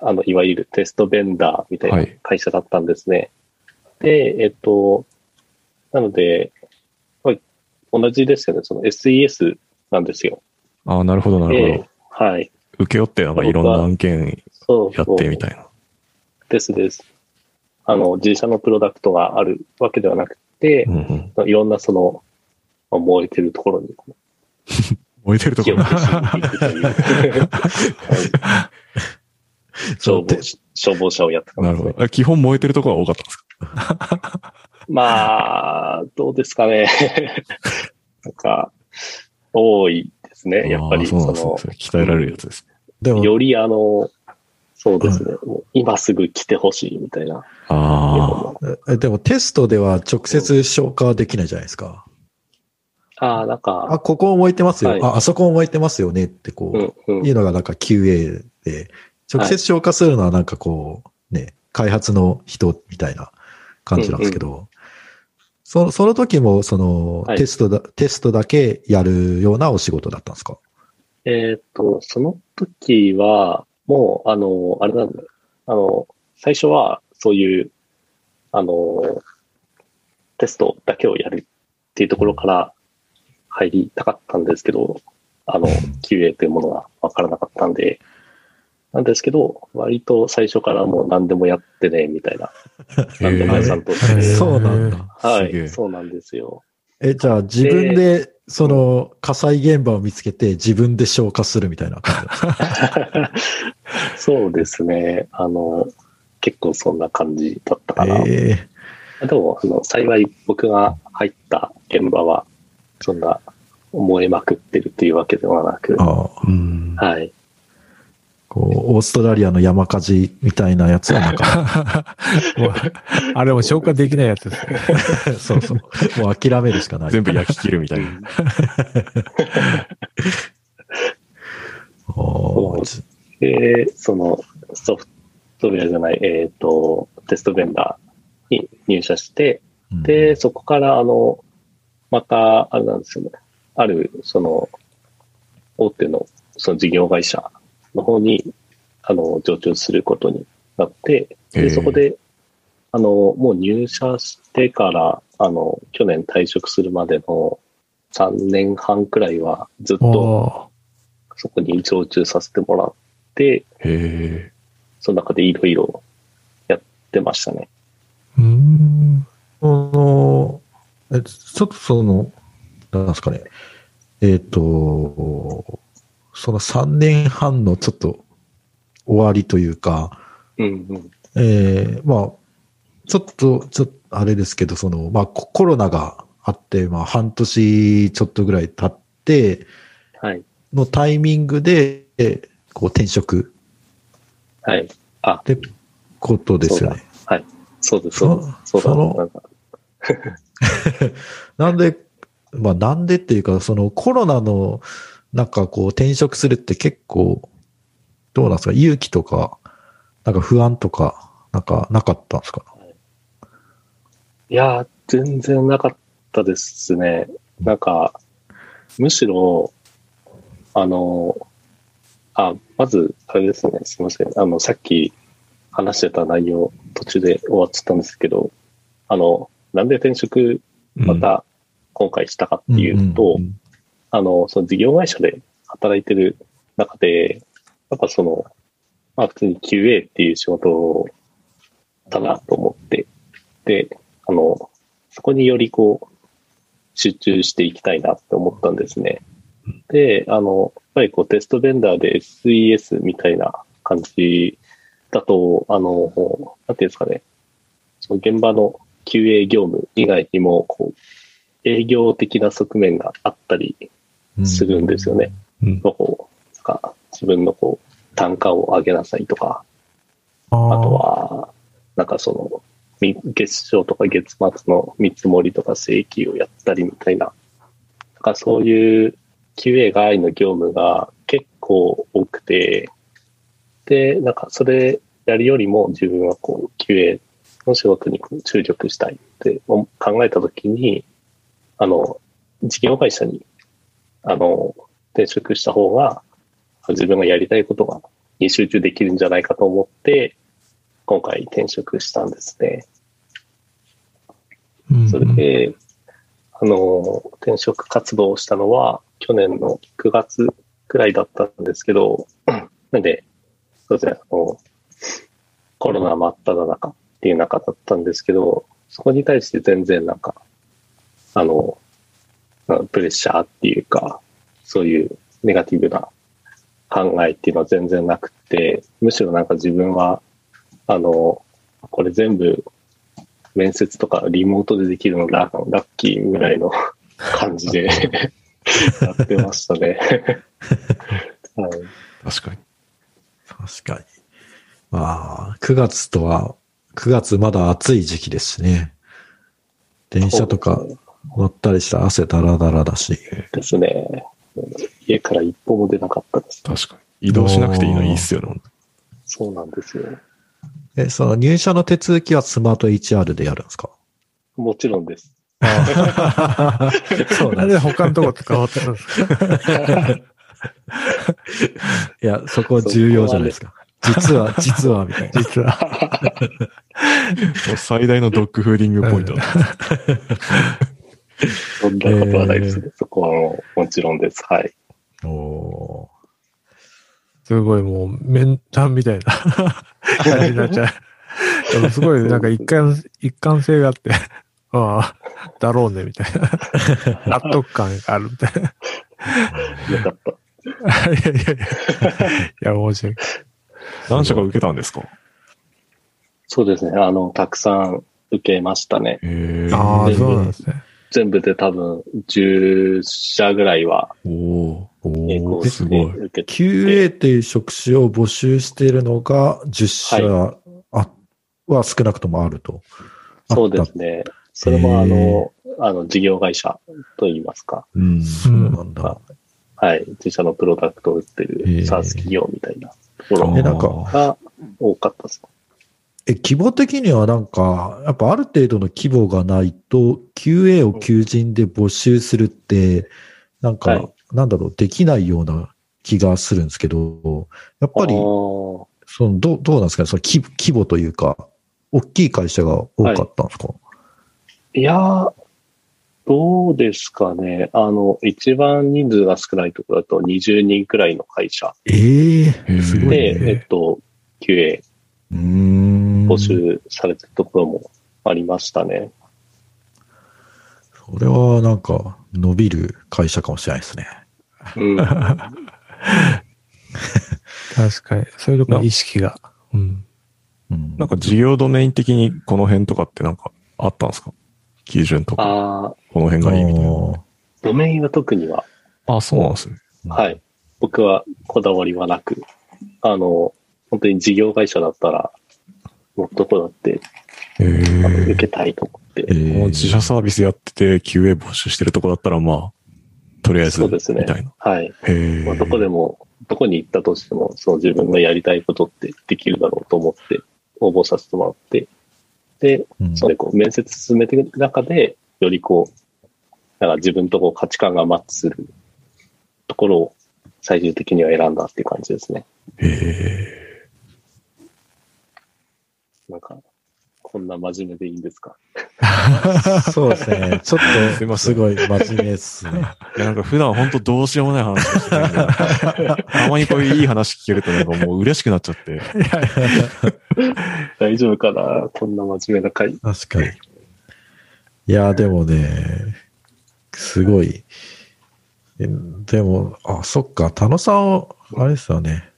S4: あの、いわゆるテストベンダーみたい
S3: は
S4: ない会社だったんですね。で、えっと、なので、まあ同じですよね、その SES なんですよ。
S3: ああ、なるほど、なるほど。
S4: ええはい。
S3: 受け負ってなんかいろんな案件
S4: そう
S3: やってみたいな。
S4: ですです。あの、自社のプロダクトがあるわけではなくて
S3: う、んうん。
S4: いろんなその、まあ燃えてるところにこう
S3: 置いてるとこ
S4: 火を
S3: ろ。
S4: 消しに行くという
S3: [LAUGHS]
S4: はい消防士消防車をやってたん
S3: [LAUGHS] な
S4: で
S3: る
S4: すね
S3: ほど。あ基本燃えてるところが多かったんですか
S4: まあ、どうですかね。 [LAUGHS] なんか、多いですね。やっぱ
S3: あ
S4: り、
S3: ーそ
S4: そう
S3: なんですね。
S4: の
S3: そ、れ鍛えられるやつですね。
S2: でも、
S4: よりあの、そうですね。もう今すぐ来てほしいみたいな。
S3: あ
S2: えでもテストでは直接消化できないじゃないですか。
S4: ああ、なん
S2: あ、
S4: か、
S2: ここ燃えてますよ。
S4: はい
S2: あ、あそこ燃えてますよねってこ
S4: うん
S2: う、
S4: うん
S2: いうのがなんか QA で、直接消化するのはなんかこう、ね、開発の人みたいな感じなんですけど、そその時もその、
S4: はい
S2: テストだ、テストだけやるようなお仕事だったんですか
S4: えーっと、その時は、もう、あの、あれなんだよ。あの、最初は、そういう、あの、テストだけをやるっていうところから入りたかったんですけど、あの、QA というものがわからなかったんで、なんですけど、割と最初からもう何でもやってね、みたいな。
S3: へ
S4: 何
S3: ー
S4: でも屋さんとして
S1: へー
S2: そうなんだ。
S4: は
S3: すげえ
S4: い、そうなんですよ。
S2: え、じゃあ自分で、その火災現場を見つけて自分で消化するみたいな感じなんですか
S4: そうですね。あの、結構そんな感じだったかな。
S2: ええ
S4: でも、あの、幸い僕が入った現場は、そんな燃えまくってるっていうわけではなく、
S2: ああ
S3: あ。うん。
S4: はい。
S2: こう、オーストラリアの山火事みたいなやつはなん
S3: [LAUGHS]
S2: か、
S1: もう [LAUGHS] あれも消化できないやつですね。
S2: [LAUGHS] そうそう。もう諦めるしかない。
S3: 全部焼き切るみたいな。
S2: ああ
S4: で、そのソフトウェアじゃない、えっ、と、テストベンダーに入社して、
S2: うん、
S4: で、そこから、あの、また、あれなんですよね。ある、その、大手の、その事業会社の方に、あの、上場することになって、
S3: へえ
S4: で、そこで、あの、もう入社してから、あの、去年退職するまでの3年半くらいは、ずっと
S1: お
S4: そこに常駐させてもらって、
S3: へえ。
S4: その中でいろいろやってましたね。
S1: ーうーん。
S2: その、え、ちょっとその、なんですかね。えっ、と、その3年半のちょっと終わりというか、
S4: うんうん。
S2: えーまあ、ちょっと、ちょっと、あれですけど、その、まあ、ココロナがあって、まあ、半年ちょっとぐらい経って
S4: はい。
S2: のタイミングで、えこう転職
S4: はい。
S2: ってことですよね。
S4: そうです、そうです。そうだ
S2: その
S4: なんか
S2: なんで、まあなんでっていうか、そのコロナの、なんかこう転職するって結構、どうなんですか勇気とか、なんか不安とか、なんかなかったんですか
S4: いやー、全然なかったですね。なんか、むしろ、あの、あ、まず、あれですね、すいません。あの、さっき話してた内容、途中で終わっちゃったんですけど、あの、なんで転職また今回したかっていうと、
S2: んん
S4: あの、その事業会社で働いてる中で、やっぱその、まあ普通に QA っていう仕事だなと思って、で、あの、そこによりこう、集中していきたいなって思ったんですね。で、あの、やっぱりこうテストベンダーで SES みたいな感じだと、あの、なんていうんですかね、その現場の QA 業務以外にも、こう、営業的な側面があったり
S2: うん
S4: するんですよね。
S3: うん
S4: こうなんか自分のこう単価を上げなさいとか、
S1: あ
S4: あ
S1: あ
S4: とは、なんかその、み月賞とか月末の見積もりとか請求をやったりみたいな、なんかそういう QA 外の業務が結構多くて、で、なんかそれやるよりも自分はこう QA の仕事にこう注力したいって思考えたときに、あの、事業会社に、あの、転職した方が、自分がやりたいことがに集中できるんじゃないかと思って、今回転職したんですね。
S1: うん
S4: それで、あの、転職活動をしたのは去年の9月くらいだったんですけど、 [CLEARS THROAT] なんで、そうですね、あの、コロナ真っ只中っていう中だったんですけど、そこに対して全然なんか、あの、まあプレッシャーっていうか、そういうネガティブな考えっていうのは全然なくて、むしろなんか自分は、あの、これ全部面接とかリモートでできるのララッキーぐらいの感じでやってましたね。はい、
S3: 確かに。
S2: 確かに。まあ、9月とは、9月まだ暑い時期ですしね。電車とか乗ったりしたら汗だらだらだし。
S4: ですね。家から一歩も出なかったです。
S3: 確かに。移動しなくていいのいいっすよね。本
S4: そうなんですよ。
S2: え、その入社の手続きはスマート HR でやるんで
S1: [LAUGHS]
S2: すか
S4: もちろんです。
S2: そう
S1: なんで他のとこ変わってるんですか
S2: いや、そこ重要じゃないですか。実は、実は、みたいな。
S1: 実は。
S3: 当に最大のドッグフーディングポイントだ。
S4: そんなことはないですね。そこはもうもちろんです。はい。
S2: お
S1: すごいもう面談みたいな感じになっちゃう。でもすごいなんか一貫、一貫性があって、ああ、だろうね、みたいな。納得感があるみたいな。 [LAUGHS]
S4: よかった。
S1: いやいやいや。いや、面白い。
S3: 何社か受けたんですか
S4: そうですね。あの、たくさん受けましたね。
S3: へえ。
S1: ああ、そうなんですね。
S4: 全部で多分10社ぐらいは
S3: おお
S4: 並
S3: お
S4: 行
S3: お
S4: して
S3: すごい。
S4: 受けて
S2: QA っていう職種を募集しているのが10社、あは少なくともあると。
S4: そうです
S2: ね。
S4: ね。それもあの、あの、事業会社といいますか。
S2: うん、そうなんだ。
S4: はい。自社のプロダクトを売って
S2: へー
S4: るサース企業みたいなとこ
S3: あ
S4: ろ
S3: ー
S2: えなんか
S4: が多かったです。
S2: え、規模的にはなんか、やっぱある程度の規模がないと、QA を求人で募集するって、なんか、
S4: はい
S2: なんだろう、できないような気がするんですけど、やっぱり、
S4: ああ
S2: その、どう、どうなんですかね、その規規模というか、大きい会社が多かったんですか、
S4: いやー、どうですかね。あの、一番人数が少ないところだと20人くらいの会社
S2: ええ
S3: えー
S2: すごい
S4: で、
S2: ね。
S4: えっと、QA
S2: うーん。
S4: 募集されてるところもありましたね。
S2: それはなんか、伸びる会社かもしれないですね。
S4: うん。
S2: [LAUGHS]
S1: 確かに。そういうところに意識が。うん。
S2: うん。
S3: なんか事業ドメイン的にこの辺とかってなんかあったんですか基準とか、
S4: ああ、
S3: この辺がいいみたいな。
S2: あ
S4: ドメインは特には、
S3: あ、そうなんですね。
S2: ー
S4: はい。。僕はこだわりはなく、あの、本当に事業会社だったら、もうどこだって、
S3: え
S4: あの受
S3: ー
S4: けたいと思って
S2: え、ー
S3: もう自社サービスやってて QA 募集してるとこだったらまあ、とりあえず、
S4: そう
S3: み
S4: ですね
S3: たいな。
S4: はい。
S3: へー
S4: まあ、どこでも、どこに行ったとしても、その自分がやりたいことってできるだろうと思って応募させてもらって、で、
S2: うん
S4: それこう面接進めていく中で、よりこう、なんか自分とこう価値観がマッチするところを最終的には選んだっていう感じですね。
S3: へ
S4: なんか、こんな真面目でいいんですか
S2: そうですね。ちょっ
S3: [LAUGHS] すい
S2: と、
S3: ますせん
S2: ごい真面目ですね。
S3: ーいやなんか普段本当どうしようもない話をしてるんで、 [LAUGHS] たまにこういういい話聞けるとなんかもう嬉しくなっちゃって。
S4: 大丈夫かなこんな真面目な回。
S2: 確かに。いや、でもね、すごい。えでも、あ、そっか、田野さんは、あれですよね。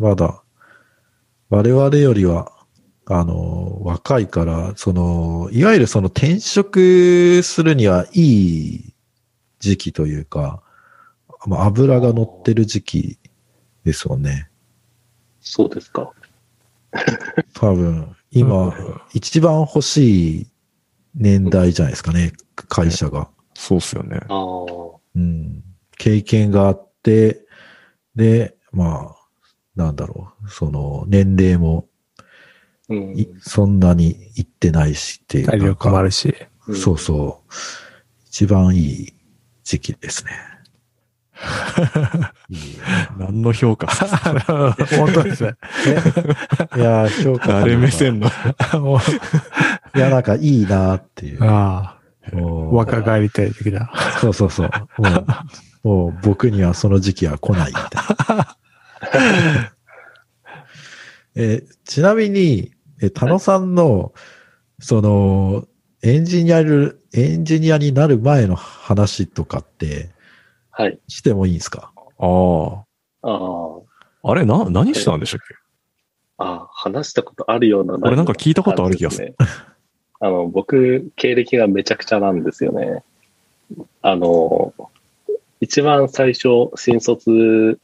S2: まだ、我々よりは、あの、若いから、その、いわゆるその転職するにはいい時期というか、まあ、油が乗ってる時期ですよね。
S4: そうですか。
S2: 多分、今、一番欲しい年代じゃないですかね、会社が。
S3: そうっすよね。
S4: ああ。
S2: うん。経験があって、で、まあ、なんだろう、その、年齢も
S4: うん
S2: い、そんなにいってないしっていう。
S1: 体力もあるし。
S2: なんかそうそう。一番いい時期ですね。いい
S3: 何の
S1: [LAUGHS]
S3: 評価
S1: 本当ですね。
S2: いや、評価。
S3: 誰目線の
S1: もう
S2: いや、なんかいいなっていう。
S1: ああ、
S2: もう
S1: 若返りたい的な。
S2: そうそうそう。もう、もう僕にはその時期は来
S4: [LAUGHS]
S2: ないみたいな。えちなみに、え、田野さんの、その、エンジニアる、エンジニアになる前の話とかって、
S4: はい。
S2: してもいいんですか
S3: [LAUGHS] あ
S4: ああ。
S3: あ。あれな、何してたんでしたっけ
S4: あ、話したことあるような。
S3: 俺なんか聞いたことある気がす
S4: る。あの、僕、経歴がめちゃくちゃなんですよね。あの、一番最初、新卒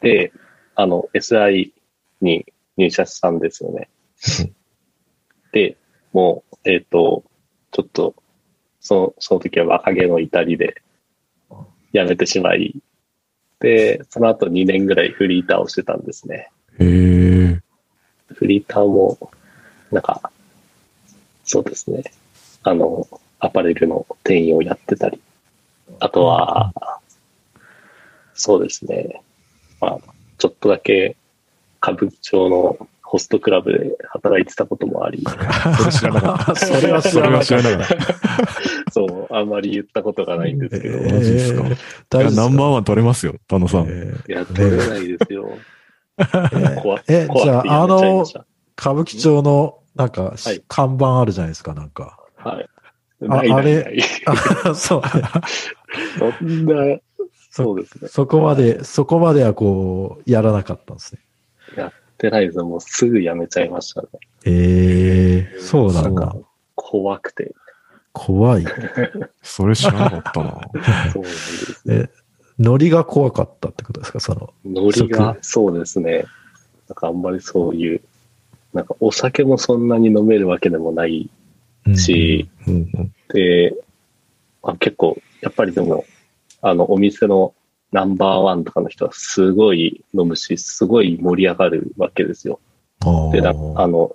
S4: で、あの、SI に入社したんですよね。で、もう、えっ、と、ちょっと、その、その時は若気の至りで、辞めてしまい、で、その後2年ぐらいフリーターをしてたんですね。
S3: へえ。
S4: フリーターも、なんか、そうですね。あの、アパレルの店員をやってたり、あとは、そうですね。まあ、ちょっとだけ歌舞伎町のホストクラブで働いてたことも
S2: [LAUGHS]
S4: あり、
S3: それ知らなかった。
S4: それは知
S3: [LAUGHS] そ
S4: ら
S3: れ
S4: なか
S3: は
S4: っ。
S3: 知らなかった
S4: そう、あんまり言ったことがないんですけど、
S2: えー
S3: マジですかた。
S2: 大
S3: いや、ナ
S2: 丈
S3: ンバー
S2: 夫
S3: ワン取れますよ、田野さん。
S2: ですか
S4: いや、取れないですよ。
S2: えー
S4: 怖
S2: え
S4: 怖くてやめちゃいました。
S2: 歌舞伎町の、なんか、
S4: はい
S2: 看板あるじゃないですか、なんか。
S4: はい。
S2: あ
S4: ないない
S2: あ
S4: ない。
S2: あそう。
S4: [LAUGHS] そんな、そうですね。
S2: そこまで、そこまではこう、やらなかったんですね。
S4: ってないです。もうすぐ辞めちゃいましたね。
S2: ええそうなんだ
S4: そ。怖くて。
S2: 怖い。
S3: それ知らなかったな。
S4: そうなんです。
S2: え、ノリが怖かったってことですかその、
S4: ノリが、そうですね。なんかあんまりそういう、なんかお酒もそんなに飲めるわけでもない
S2: うん
S4: し、
S3: うんうん
S4: で、まあ、結構、やっぱりでも、あの、お店のナンバーワンとかの人はすごい飲むし、すごい盛り上がるわけですよ。
S2: あー
S4: で、なあの、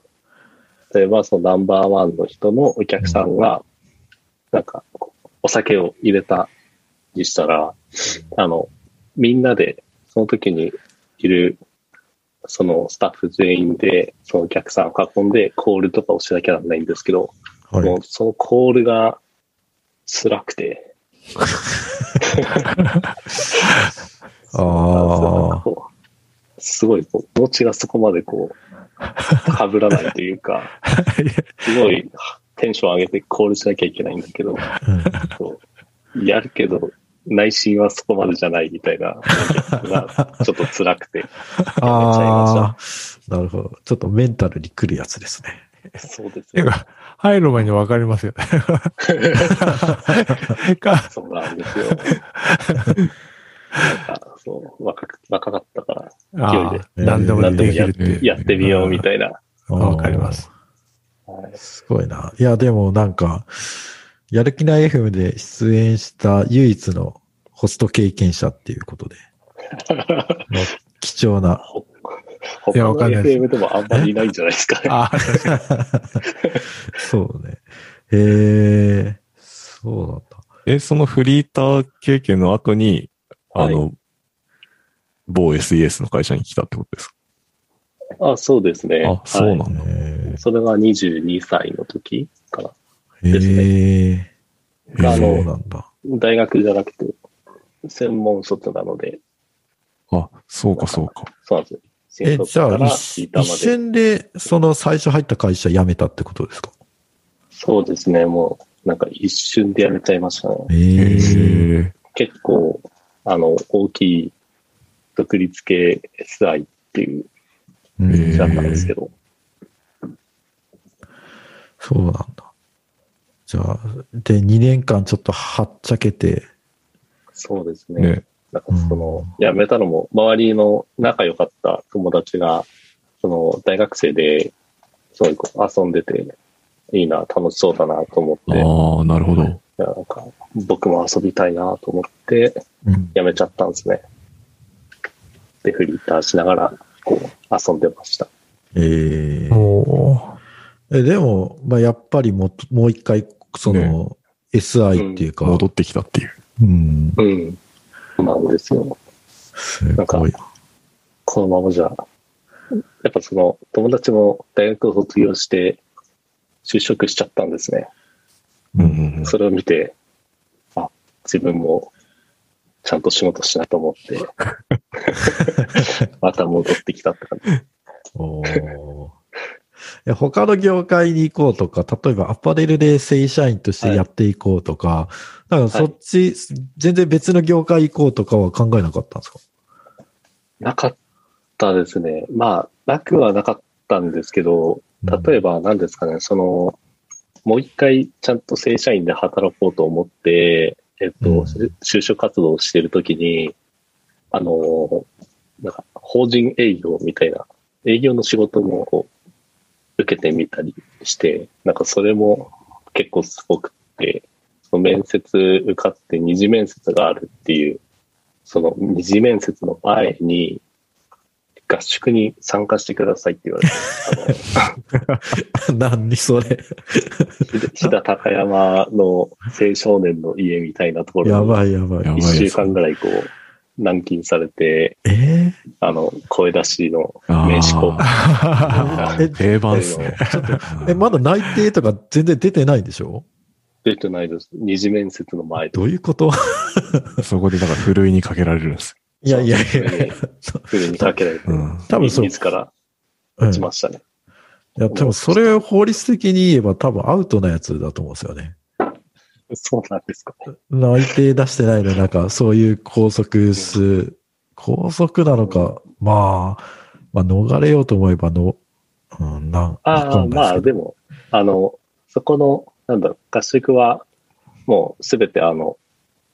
S4: 例えばそのナンバーワンの人のお客さんが、なんか、お酒を入れたりしたら、あの、みんなで、その時にいる、そのスタッフ全員で、そのお客さんを囲んで、コールとかをしなきゃならないんですけど、
S2: はい。
S4: もうそのコールが辛くて、なんか
S2: ああ。
S4: こうすごいこう、気持ちがそこまでこう、かぶらないというか、すごいテンション上げてコールしなきゃいけないんだけど、
S2: うん
S4: そうやるけど、内心はそこまでじゃないみたいな、がちょっと辛くて、
S2: ああ。なるほど。ちょっとメンタルに来るやつですね。
S4: そうです
S1: てい
S4: ね
S1: う。か、入る前にわかりますよね。
S4: [LAUGHS]
S1: か、
S4: そうなんですよ。なんか、そう、若く若かったから、
S1: ああ、
S2: えー
S1: 何でもできるっていう。
S4: やってみようみたいな。
S2: あー
S1: わかります。。
S4: はい
S2: すごいな。いや、でもなんか、やる気ない FM で出演した唯一のホスト経験者っていうことで、の貴重な。
S4: ほ
S1: い
S4: 他
S1: やわ
S4: の
S1: かんないです
S4: FM でもあんまりいないんじゃないですかね。
S1: ああ、確かに
S2: そうね。へえ、そうなんだ。
S3: え、そのフリーター経験の後に、あの、某 SES の会社に来たってことですか
S4: あ、そうですね。
S3: あ、そう
S4: は
S3: なんだ。
S2: へ
S4: いそれが22歳の時かな。
S2: え、
S4: です
S2: へ
S3: へ
S2: え
S4: あ
S2: そう
S4: の、
S2: なんだ。
S4: 大学じゃなくて、専門卒なので、
S3: あ、そうかそうか。
S4: そうなんですよ。
S2: え、
S4: 専
S2: じ
S4: 卒
S2: ゃ
S4: か
S2: あ、
S4: ら
S2: 一
S4: ギタ
S2: 一
S4: ーまで。
S2: 瞬で、その最初入った会社辞めたってことですか
S4: そうですね、もう、なんか一瞬でやめちゃいましたね。
S3: へ
S2: ええ。
S3: え。
S4: 結構、あの、大きい独立系 SI っていう
S2: うん
S3: へえ
S4: だったんですけど、
S2: そうなんだ。じゃあ、で、2年間ちょっとはっちゃけて、
S4: そうですね。
S3: ね。
S4: なんかその、辞めたのも、周りの仲良かった友達が、その、大学生で、すごいこう遊んでて、いいな、楽しそうだなと思って、い
S3: ああ、なるほど。
S4: やなんか、僕も遊びたいなと思って、
S2: うん、
S4: 辞めちゃったんですね。で、フリーターしながら、こう、遊んでました。
S2: ええ
S1: も
S2: え、でも、まあ、やっぱりもっと、もう一回、その、SI っていうか、
S3: 戻ってきたっていう。
S2: うん、
S4: うん。なんですよ。
S2: すごい。
S4: このままじゃ、やっぱその、友達も大学を卒業して、就職しちゃったんですね。
S3: うんうんうん。
S4: それを見て、あ、自分もちゃんと仕事しなと思
S3: [LAUGHS]
S4: って、また戻ってきたって感じ。
S2: おー [LAUGHS] え他の業界に行こうとか、例えばアパレルで正社員としてやっていこうとか、なんかそっち、全然別の業界行こうとかは考えなかったんですか
S4: なかったですね。まあ、なくはなかったんですけど、例え
S2: ば、
S4: ば何ですかね、その、もう一回ちゃんと正社員で働こうと思って、えっと、
S2: うん
S4: 就職活動をしてるときに、あの、なんか、法人営業みたいな、営業の仕事もこう受けてみたりして、なんかそれも結構すごくって、その面接受かって二次面接があるっていう、その二次面接の前に、合宿に参加してくださいって言われて、あの
S2: [LAUGHS] 何それ。
S4: 飛騨高山の青少年の家みたいなとこ
S2: や
S4: ろ
S2: ばいやばい。
S3: やば
S4: に
S3: い
S4: 1週間ぐらいこう軟禁されて、
S2: え
S4: あの、声出しの
S3: あー
S4: 名刺交換
S3: あー
S2: え
S3: 定番ですね。
S2: ーえ、まだ内定とか全然出てないんでしょ
S4: 出てないです。二次面接の前と
S2: どういうこと
S3: そこでだから、ふるいにかけられるんです。
S2: いやいやい
S4: それ
S2: や
S4: に。ふるにかけられて、
S3: うん。
S2: 多分そう。
S4: 自ら
S2: うん
S4: 打ち
S2: い
S4: ましたね。
S2: や、多分それを法律的に言えば多分アウトなやつだと思うんですよね。
S4: そうなんですかね。
S2: 内定出してないのになんかそういう拘束す、拘束なのか、まあ、まあ逃れようと思えばの、うん、なん、わ
S4: あ
S2: か
S4: あ、
S2: んな
S4: ま
S2: い
S4: あ
S2: ですけ
S4: でも、あの、そこの、なんだろう、合宿は、もうすべてあの、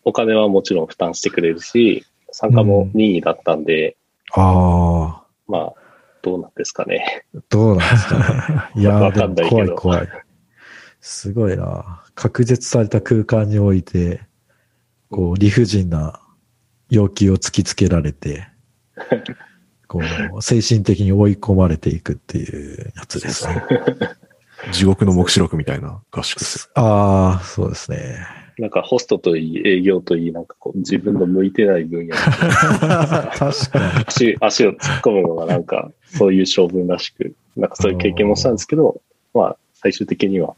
S4: お金はもちろん負担してくれるし、参加も任意だったんで、
S2: ど。あ
S4: まあ、どうなんですかね。
S2: あ、どうなんですかね。いや
S4: [LAUGHS] わ
S2: ー、で
S4: かん
S2: も
S4: ないけど
S2: 怖い怖い。すごいな。隔絶された空間において、こう、理不尽な要求を突きつけられ
S4: [LAUGHS]
S2: て、こう、精神的に追い込まれていくっていうやつですね。
S3: 地獄の黙示録みたいな合宿す
S2: ああ、そうですね。
S4: なんかホストといい、営業といい、なんかこう、自分の向いてない分野に
S2: 確かに。
S4: 足、足を突っ込むのがなんか、そういう性分らしく、なんかそういう経験もしたんですけど、まあ、最終的には、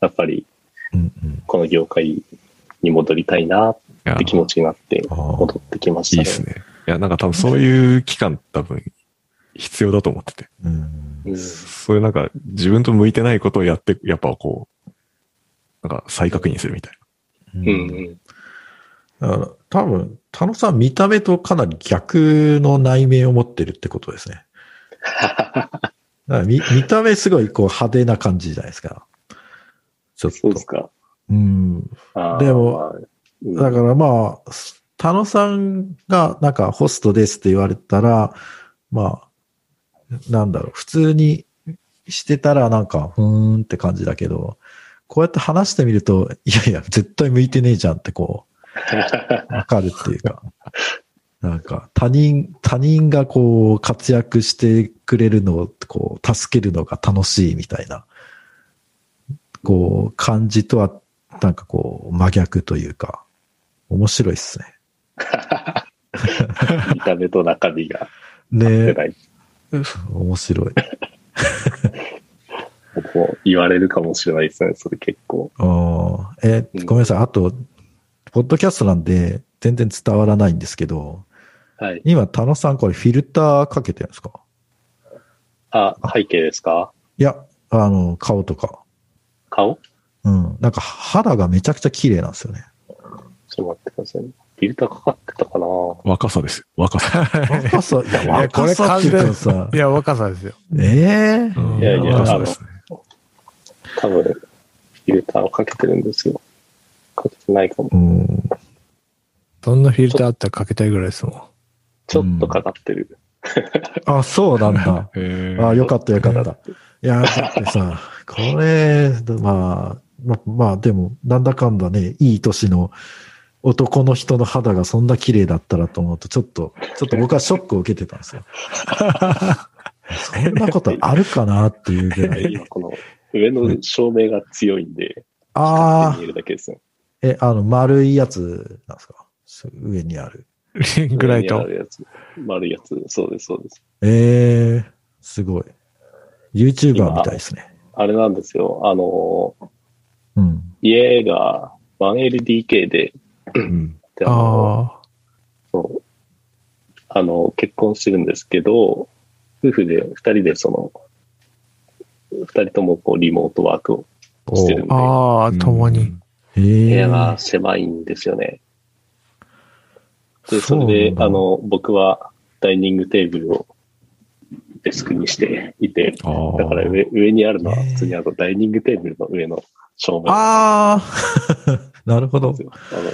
S4: やっぱり、
S2: うんうん、
S4: この業界に戻りたいなっ
S3: る。いや
S4: て気持ちになって、
S2: あー
S4: 戻ってきまし
S3: いい
S4: た
S3: で
S4: ね。
S3: すね。いや、なんか多分そういう期間多分必要だと思ってて。
S2: うん
S3: そういうなんか自分と向いてないことをやって、やっぱこう、なんか再確認するみたい
S2: うん
S4: うん。うんうん。
S2: だから多分、田野さん見た目とかなり逆の内面を持ってるってことですね。だから見見た目すごいこう派手な感じじゃないですか。ちょっと。
S4: そうですか。
S2: うん。
S4: あー
S2: でも、
S4: うん
S2: だからまあ、田野さんがなんかホストですって言われたら、まあ、なんだろう、普通にしてたらなんか、ふーんって感じだけど、こうやって話してみると、いやいや、絶対向いてねえじゃんってこ
S4: [LAUGHS]
S2: う、わかるっていうか、なんか他人、他人がこう活躍してくれるのをこう、助けるのが楽しいみたいな、こう、感じとは、なんかこう、真逆というか、面白いっすね。
S4: 見た目と中身が出
S2: ね
S4: ない。
S2: 面白い。
S4: 僕も言われるかもしれないですね、それ結構。
S2: あーえ
S4: うん
S2: ごめんなさい。あと、ポッドキャストなんで、全然伝わらないんですけど、
S4: はい。
S2: 今、田野さんこれフィルターかけてるんですか
S4: あ、背景ですか
S2: いや、あの、顔とか。
S4: 顔
S2: うん。なんか肌がめちゃくちゃ綺麗なんですよ [LAUGHS] ね。
S4: ちょっと待ってくださいね。フィルターかかってたかな
S3: な。若さですよ。若さ。
S2: 若さ、いや、
S1: いやこれ
S2: 若さっていうかさ
S1: い、や、若さですよ。
S2: ええ
S3: うん
S4: いやいや
S3: 若さ
S4: あの
S3: ですね。
S4: 多分、フィルターをかけてるんですよ。かけてないかも。
S2: うん。
S1: どんなフィルターあったらかけたいぐらいですもん。
S4: ちょっとかかってる。
S2: あ、そうなん [LAUGHS] だ。
S3: へー
S2: あよかったよかった。いや、だってさ、 [LAUGHS] これ、まあ、まあ、まあ、でも、なんだかんだね、いい年の男の人の肌がそんな綺麗だったらと思うと、ちょっと、ちょっと僕はショックを受けてたん [LAUGHS] ですよ。そんなことあるかなっていうぐらい。
S4: [LAUGHS] 今この上の照明が強いんで、
S2: ああ
S4: 見え、るだけですね。
S2: え、あの、丸いやつなんですかそう上にある。
S1: リングライ
S4: 上にあ
S1: ト。
S4: るやつ。丸いやつ。そうです、そうです。
S2: ええすごい。YouTuber みたいですね。
S4: あれなんですよ。あの、
S2: うん。
S4: 家が 1LDK で、
S3: うん。
S4: であの
S1: あ
S4: そう。あの、結婚してるんですけど、夫婦で、二人でその、二人ともこうリモートワークをしてるん
S1: あ。
S4: で、
S1: ああ、共に。
S2: え
S4: 部
S2: え
S4: 屋が狭いんですよね。で、そ
S2: そうな
S4: れ
S2: ん
S4: で、
S2: だ
S4: あの、僕はダイニングテーブルをデスクにしていて、
S3: あー
S4: だから上上にあるのは、
S2: えー
S4: 普通にあのダイニングテーブルの上の照明なん
S2: ああなるほど
S4: です。よ。あの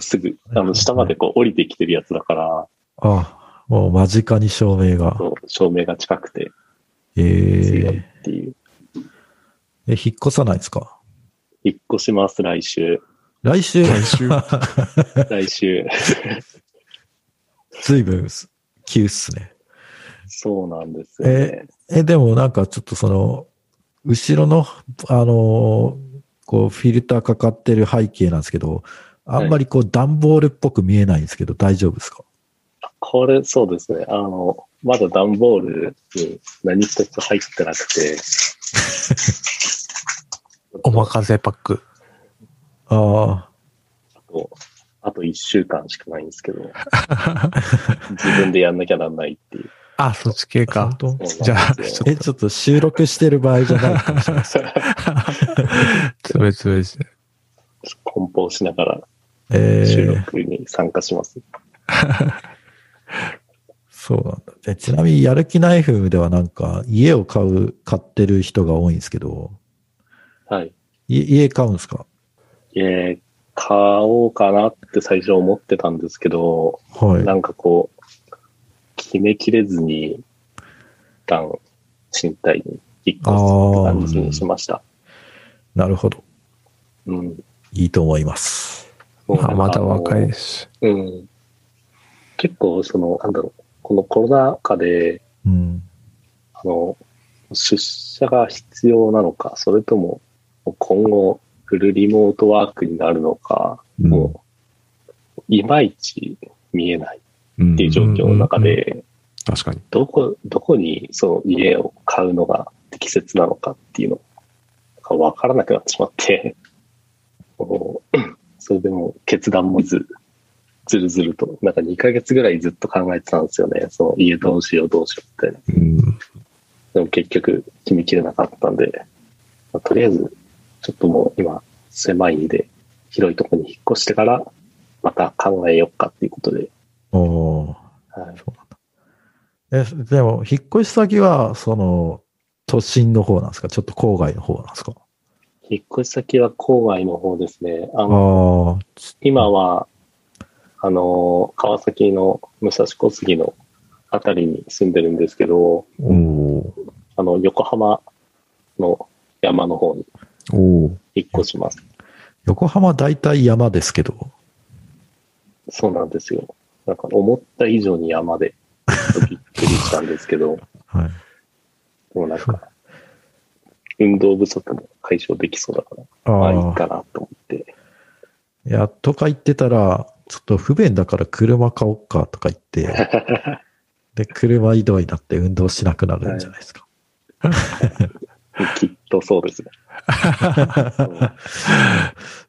S4: すぐ、あの、下までこう降りてきてるやつだから、
S2: あ、もう間近に照明が。
S4: そう照明が近くて、
S2: え
S4: 強い
S2: ー
S4: っていう。
S2: え、引っ越さないですか
S4: 引っ越します、来週。
S2: 来週、
S3: 来週。
S4: 来週。
S2: ずいぶん急っすね。
S4: そうなんですよね。
S2: え、でもなんかちょっとその、後ろの、あのーこう、フィルターかかってる背景なんですけど、あんまりこう、段ボールっぽく見えないんですけど、大丈夫ですか
S4: これ、そうですね。あの、まだ段ボールに何一つ入ってなく
S1: [LAUGHS]
S4: て、
S1: おまかせパック。
S2: あ
S4: あと、あと1週間しかないんです
S1: [LAUGHS]
S4: けど、自分でやんなきゃなんないっていう。
S1: あ、そっち系
S2: あ、
S1: か。
S2: 本当
S1: じゃあ
S4: そうなんですよ
S2: え、ちょっと収録してる場合じゃないかもしれないです。
S1: つべつべして。
S4: 梱包しなが
S2: えー
S4: ら収録に参加します。
S2: そうなんだ。でちなみに、やる気ないフームではなんか、家を買う、買ってる人が多いんですけど、
S4: はい。
S2: い家買うんですか
S4: えー、買おうかなって最初思ってたんですけど、
S2: はい。
S4: なんかこう、決めきれずに、一旦、身体に引っ越す感じにしました。
S2: なるほど。
S4: うん。
S2: いいと思います。
S4: もうなん
S1: まあ
S4: か
S1: まだ若いです。
S4: あのうん。結構、その、なんだろう、このコロナ禍で、
S2: うん。
S4: あの、出社が必要なのか、それとも今後フルリモートワークになるのか、
S3: うん
S4: もう、いまいち見えない
S3: うん
S4: っていう状況の中で、
S3: 確かに。
S4: どこ、どこにその家を買うのが適切なのかっていうのがわからなくなってしまって、 [LAUGHS] こう [CLEARS THROAT] それでもう決断もず、ずるずると、なんか2ヶ月ぐらいずっと考えてたんですよね。その家どうしようどうしようみたいな。
S3: うん。
S4: でも結局決めきれなかったんで、まあとりあえず、ちょっともう今、狭いんで、広いところに引っ越してから、また考えようかっていうことで。
S2: おー
S4: はい
S2: そうなんだ。え、でも、引っ越し先は、その、都心の方なんですかちょっと郊外の方なんですか
S4: 引っ越し先は郊外の方ですね。あ
S2: あ
S4: の、
S2: ー
S4: 今は、あの、川崎の武蔵小杉のあたりに住んでるんですけど、
S2: おー
S4: あの、横浜の山の方に
S3: おー
S4: 引っ越します。
S2: 横浜大体山ですけど、
S4: そうなんですよ。なんか思った以上に山で、ちょっとびっくりしたんです
S2: [LAUGHS]
S4: けど、
S2: はい。
S4: でもなんか、運動不足も解消できそうだから、
S2: あ
S4: まあい
S2: ー
S4: いかなと思って。
S2: いや、とか言ってたら、ちょっと不便だから車買おうかとか言って、で、車移動になって運動しなくなるんじゃないですか。
S4: きっとそうで
S2: [LAUGHS]
S4: すね。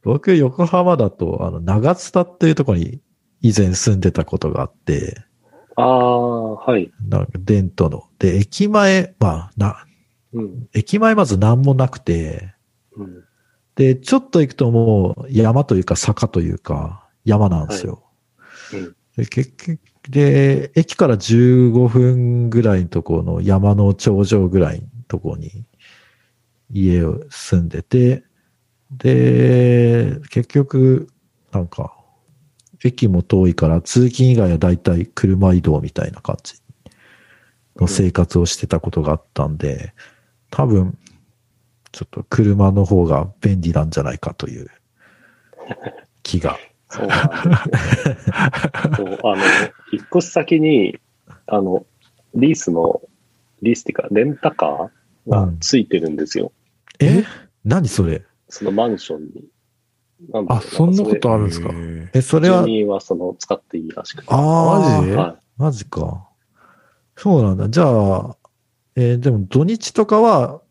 S2: 僕、横浜だと、あの、長津田っていうところに以前住んでたことがあって、
S4: ああ、はい。
S2: なんか、伝統の。で、駅前、まあ、な、
S4: うん。
S2: 駅前まず何もなくて、
S4: うん、
S2: で、ちょっと行くともう山というか坂というか山なんですよ。
S4: はいうん
S2: で結局、で、駅から15分ぐらいのところの山の頂上ぐらいのところに家を住んでて、で、結局、なんか、駅も遠いから通勤以外はだいたい車移動みたいな感じの生活をしてたことがあったんで、多分、ちょっと車の方が便利なんじゃないかという気
S4: [LAUGHS]
S2: が。
S4: そうなんですよそうあの、引っ越し先に、あの、リースの、リースっていうか、レンタカーがついてるんですよ。
S2: え何それ
S4: そのマンションに。なんだろ
S1: あ、
S4: う
S1: そんなこと
S4: なんか
S1: あるんですか
S3: へー
S2: え、そ
S4: それ
S2: れは
S4: 住、人はその使っていいらしくて。
S2: あ
S1: マジ
S2: あ、
S1: え
S4: は
S2: マジか。そうなんだ。じゃあ、えーでも土日とかは、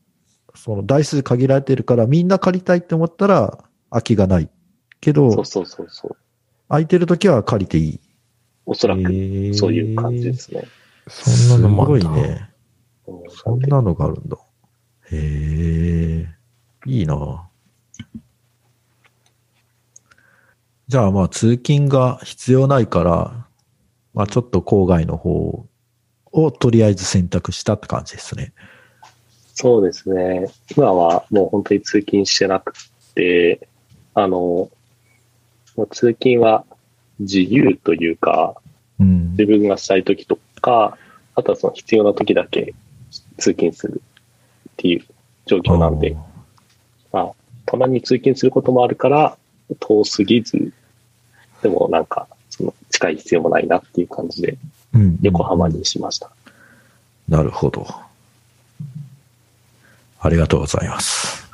S2: その台数限られてるから、みんな借りたいって思ったら、空きがない。け
S4: い。そ
S2: ど
S4: う、そうそうそう。
S2: 空いてる時は借りていい。
S4: おそらく、そういう感じで
S2: へ
S4: すね。
S2: ー。
S1: そんなのもある
S2: す
S1: な
S2: ごいね。
S4: うん
S2: そんなのがあるんだ。へえ、いいなじゃあまあ通勤が必要ないから、まあちょっと郊外の方をとりあえず選択したって感じですね。
S4: そうですね。今はもう本当に通勤してなくて、あの、もう通勤は自由というか、
S2: うん。
S4: 自分がしたい時とか、あとはその必要な時だけ通勤するっていう状況なんで、まあ、たまに通勤することもあるから、遠すぎず、でもなんか、その近い必要もないなっていう感じで、
S2: うん、うん
S4: 横浜にしました。
S2: なるほど。ありがとうございます。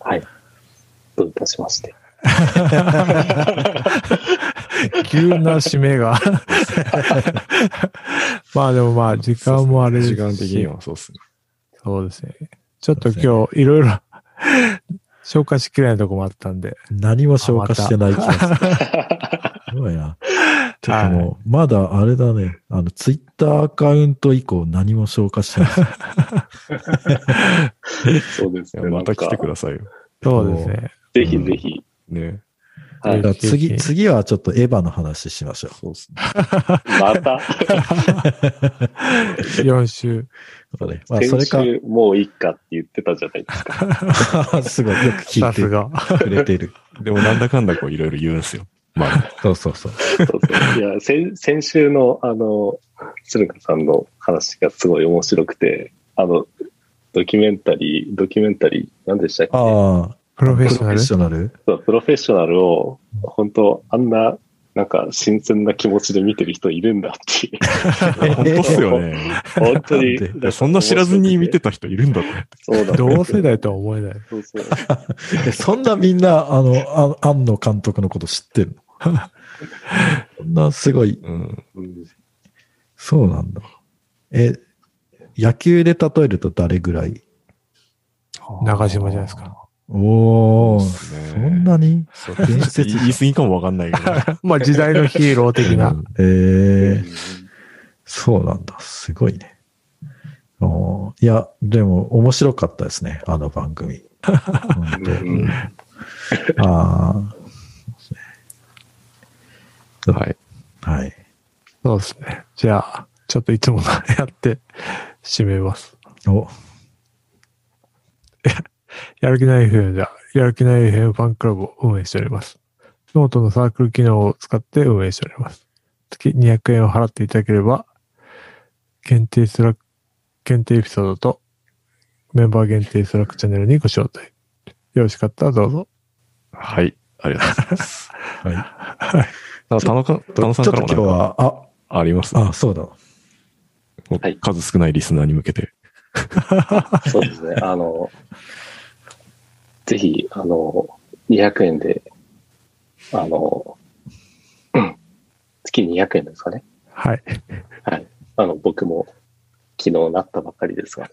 S4: はい。どういたしまして。
S1: 急な締めが。まあでもまあ、時間もあれです
S3: 時
S1: し
S3: 間的にはそうっすね。
S1: そうですね。ちょっと今日いろいろ [LAUGHS] 消化しきれないとこもあったんで。
S2: 何も消化してない気がする。
S4: [LAUGHS]
S2: すごいな。てかもう、まだあれだね、あの、ツイッターアカウント以降何も消化してない。
S4: そうです
S3: い
S4: ね
S3: や。また来てく
S4: さ
S3: ださいよ。
S1: そうですね。
S4: い。ぜひぜひ。
S3: ね。
S4: は
S2: だ
S4: い
S2: から次、
S3: [LAUGHS]
S1: 経験
S2: 次はちょっとエヴァの話しましょ
S3: そうっすね。
S4: ま [LAUGHS] た、
S1: 4週。
S2: う。ねまあ、そ
S4: 先
S2: れか、
S4: 週もういいかって言ってたじゃないです
S2: [LAUGHS]
S4: か。
S2: すごいよく聞
S1: さ
S2: いて
S1: すが。
S2: くれてる。
S3: でもなんだかんだこういろいろ言うん
S2: [LAUGHS]
S3: ですよ。まあ、
S2: そうそう
S3: [LAUGHS]
S2: そう。
S4: そうそういや先 [LAUGHS] 先週の、あの、鶴香さんの話がすごい面白くて、あの、ドキュメンタリー、ドキュメンタリー、何でしたっけ
S2: ああ、
S1: プロ
S2: プ
S1: フェッ
S2: ロフ
S1: ショ
S2: ェ
S1: ナ
S2: ッ
S1: ル
S2: ショナル
S4: そうプロフェッショナルを、本当あんななんか新鮮な気持ちで見てる人いるんだっていう。
S3: [LAUGHS] 本当っすよ
S4: [LAUGHS]
S3: ね。
S4: 本当に
S2: なんで。
S3: いやそんな知らずに見てた人いるんだと思って。
S4: そうだ。
S1: 同世代とは思えない。
S4: そうそう。
S2: えそんなみんな、あの、あ庵野監督のこと知ってるの [LAUGHS] そんなすごい、
S3: うん。
S4: うん
S2: そうなんだ。え、野球で例えると誰ぐらい
S1: 中島じゃないですか。
S2: おー、
S3: そうです
S2: そ
S3: ね
S2: んなに
S3: そう
S2: 伝説じゃん
S3: 言い過ぎかもわかんないけど。
S1: まあ時代のヒーロー的な。
S2: え
S4: う
S2: ー
S4: ん、
S2: そうなんだ。すごいね。おーいや、でも面白かったですね、あの番組。本当
S4: うん
S2: あ
S3: はい。
S2: あ、 [LAUGHS] はい。
S1: そうですね。じゃあ、ちょっといつものやって締めます。
S2: お、
S1: やる気ない FM では、やる気ない FM ファンクラブを運営しております。ノートのサークル機能を使って運営しております。月200円を払っていただければ、限定スラック、限定エピソードと、メンバー限定スラックチャンネルにご招待。よろしかったらどうぞ。
S3: はい。ありがとうございます。
S2: はい。
S3: なんか田中、田
S2: ちょ
S3: 中
S2: っ
S3: さ
S2: と
S3: ん
S2: 今
S3: からも
S2: 日
S3: なんか
S2: は、
S3: あります
S2: あ、あ、そうだ。
S3: もう
S4: はい
S3: 数少ないリスナーに向けて。
S4: そうですね。あの、ぜひ、あの、200円で、あの、うん月200円ですかね。
S1: はい。 [LAUGHS]
S4: はい。あの、僕も昨日なったばかりですが、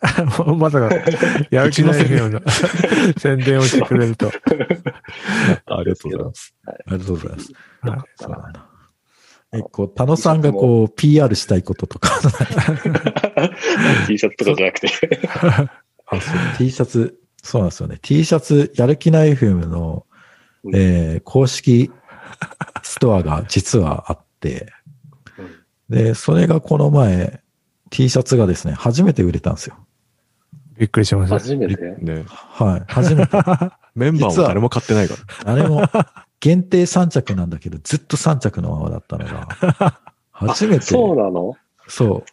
S1: まさか、やる気ない FM の宣伝をしてくれると。
S3: ありがとうございます。
S2: ありがとうございます。
S1: はい
S2: そうなんだ。え、こう、田野さんがこう、PR したいこととか、
S4: T シャツとかじゃなくて、
S2: あそう T シャツ、そうなんですよね。T シャツ、やる気ない FM の、
S4: うん
S2: えー公式ストアが実はあって、で、それがこの前、T シャツがですね、初めて売れたんですよ。
S1: びっくりしました。
S4: 初めて。
S3: ね。
S2: はい。初めて。
S3: メンバーも誰も買ってないから。
S2: あれも、限定3着なんだけど、ずっと3着のままだったのが、初めて。
S4: そうなの
S2: そう。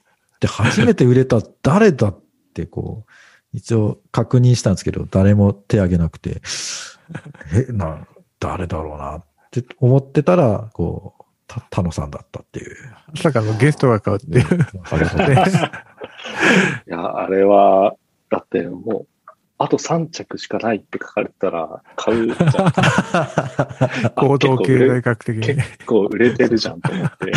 S2: で、初めて売れた誰だってこう、一応確認したんですけど、誰も手挙げなくて、 [LAUGHS] え、な、誰だろうなって思ってたら、こう、た、田野さんだったっていう。
S1: まさかのゲストが変わってる。
S2: [LAUGHS] ありがとうございます
S1: ね
S4: いや、あれは、だってもう、あと3着しかないって書かれてたら、買うじゃん。
S1: [LAUGHS]
S4: あ
S1: 行動経済学的に。
S4: 結構売れてるじゃんと思って。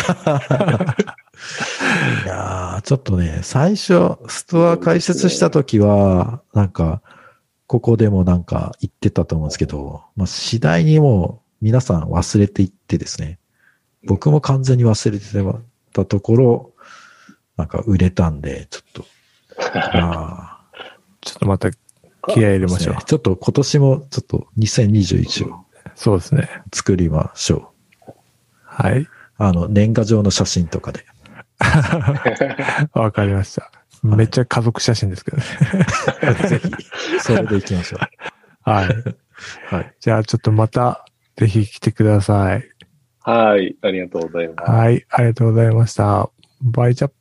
S2: いやーちょっとね、最初、ストア開設した時は、なんか、ここでもなんか言ってたと思うんですけど、まあ、次第にもう皆さん忘れていってですね、僕も完全に忘れてたところ、なんか売れたんで、ちょっと、あー
S1: ちょっとまた気合い入れましょう
S2: ですね。ちょっと今年もちょっと2021を
S1: そうですね。
S2: 作りましょ
S1: はい。
S2: う。あの、年賀状の写真とかで。
S1: わかりました。
S2: はい
S1: めっちゃ家族写真ですけどね。
S2: [LAUGHS] ぜひ、それでいきましょ
S1: はい。
S2: う。はい。
S1: じゃあちょっとまた、ぜひ来てください。
S4: はい、ありがとうございます。
S1: はい。ありがとうございました。バイチャップ。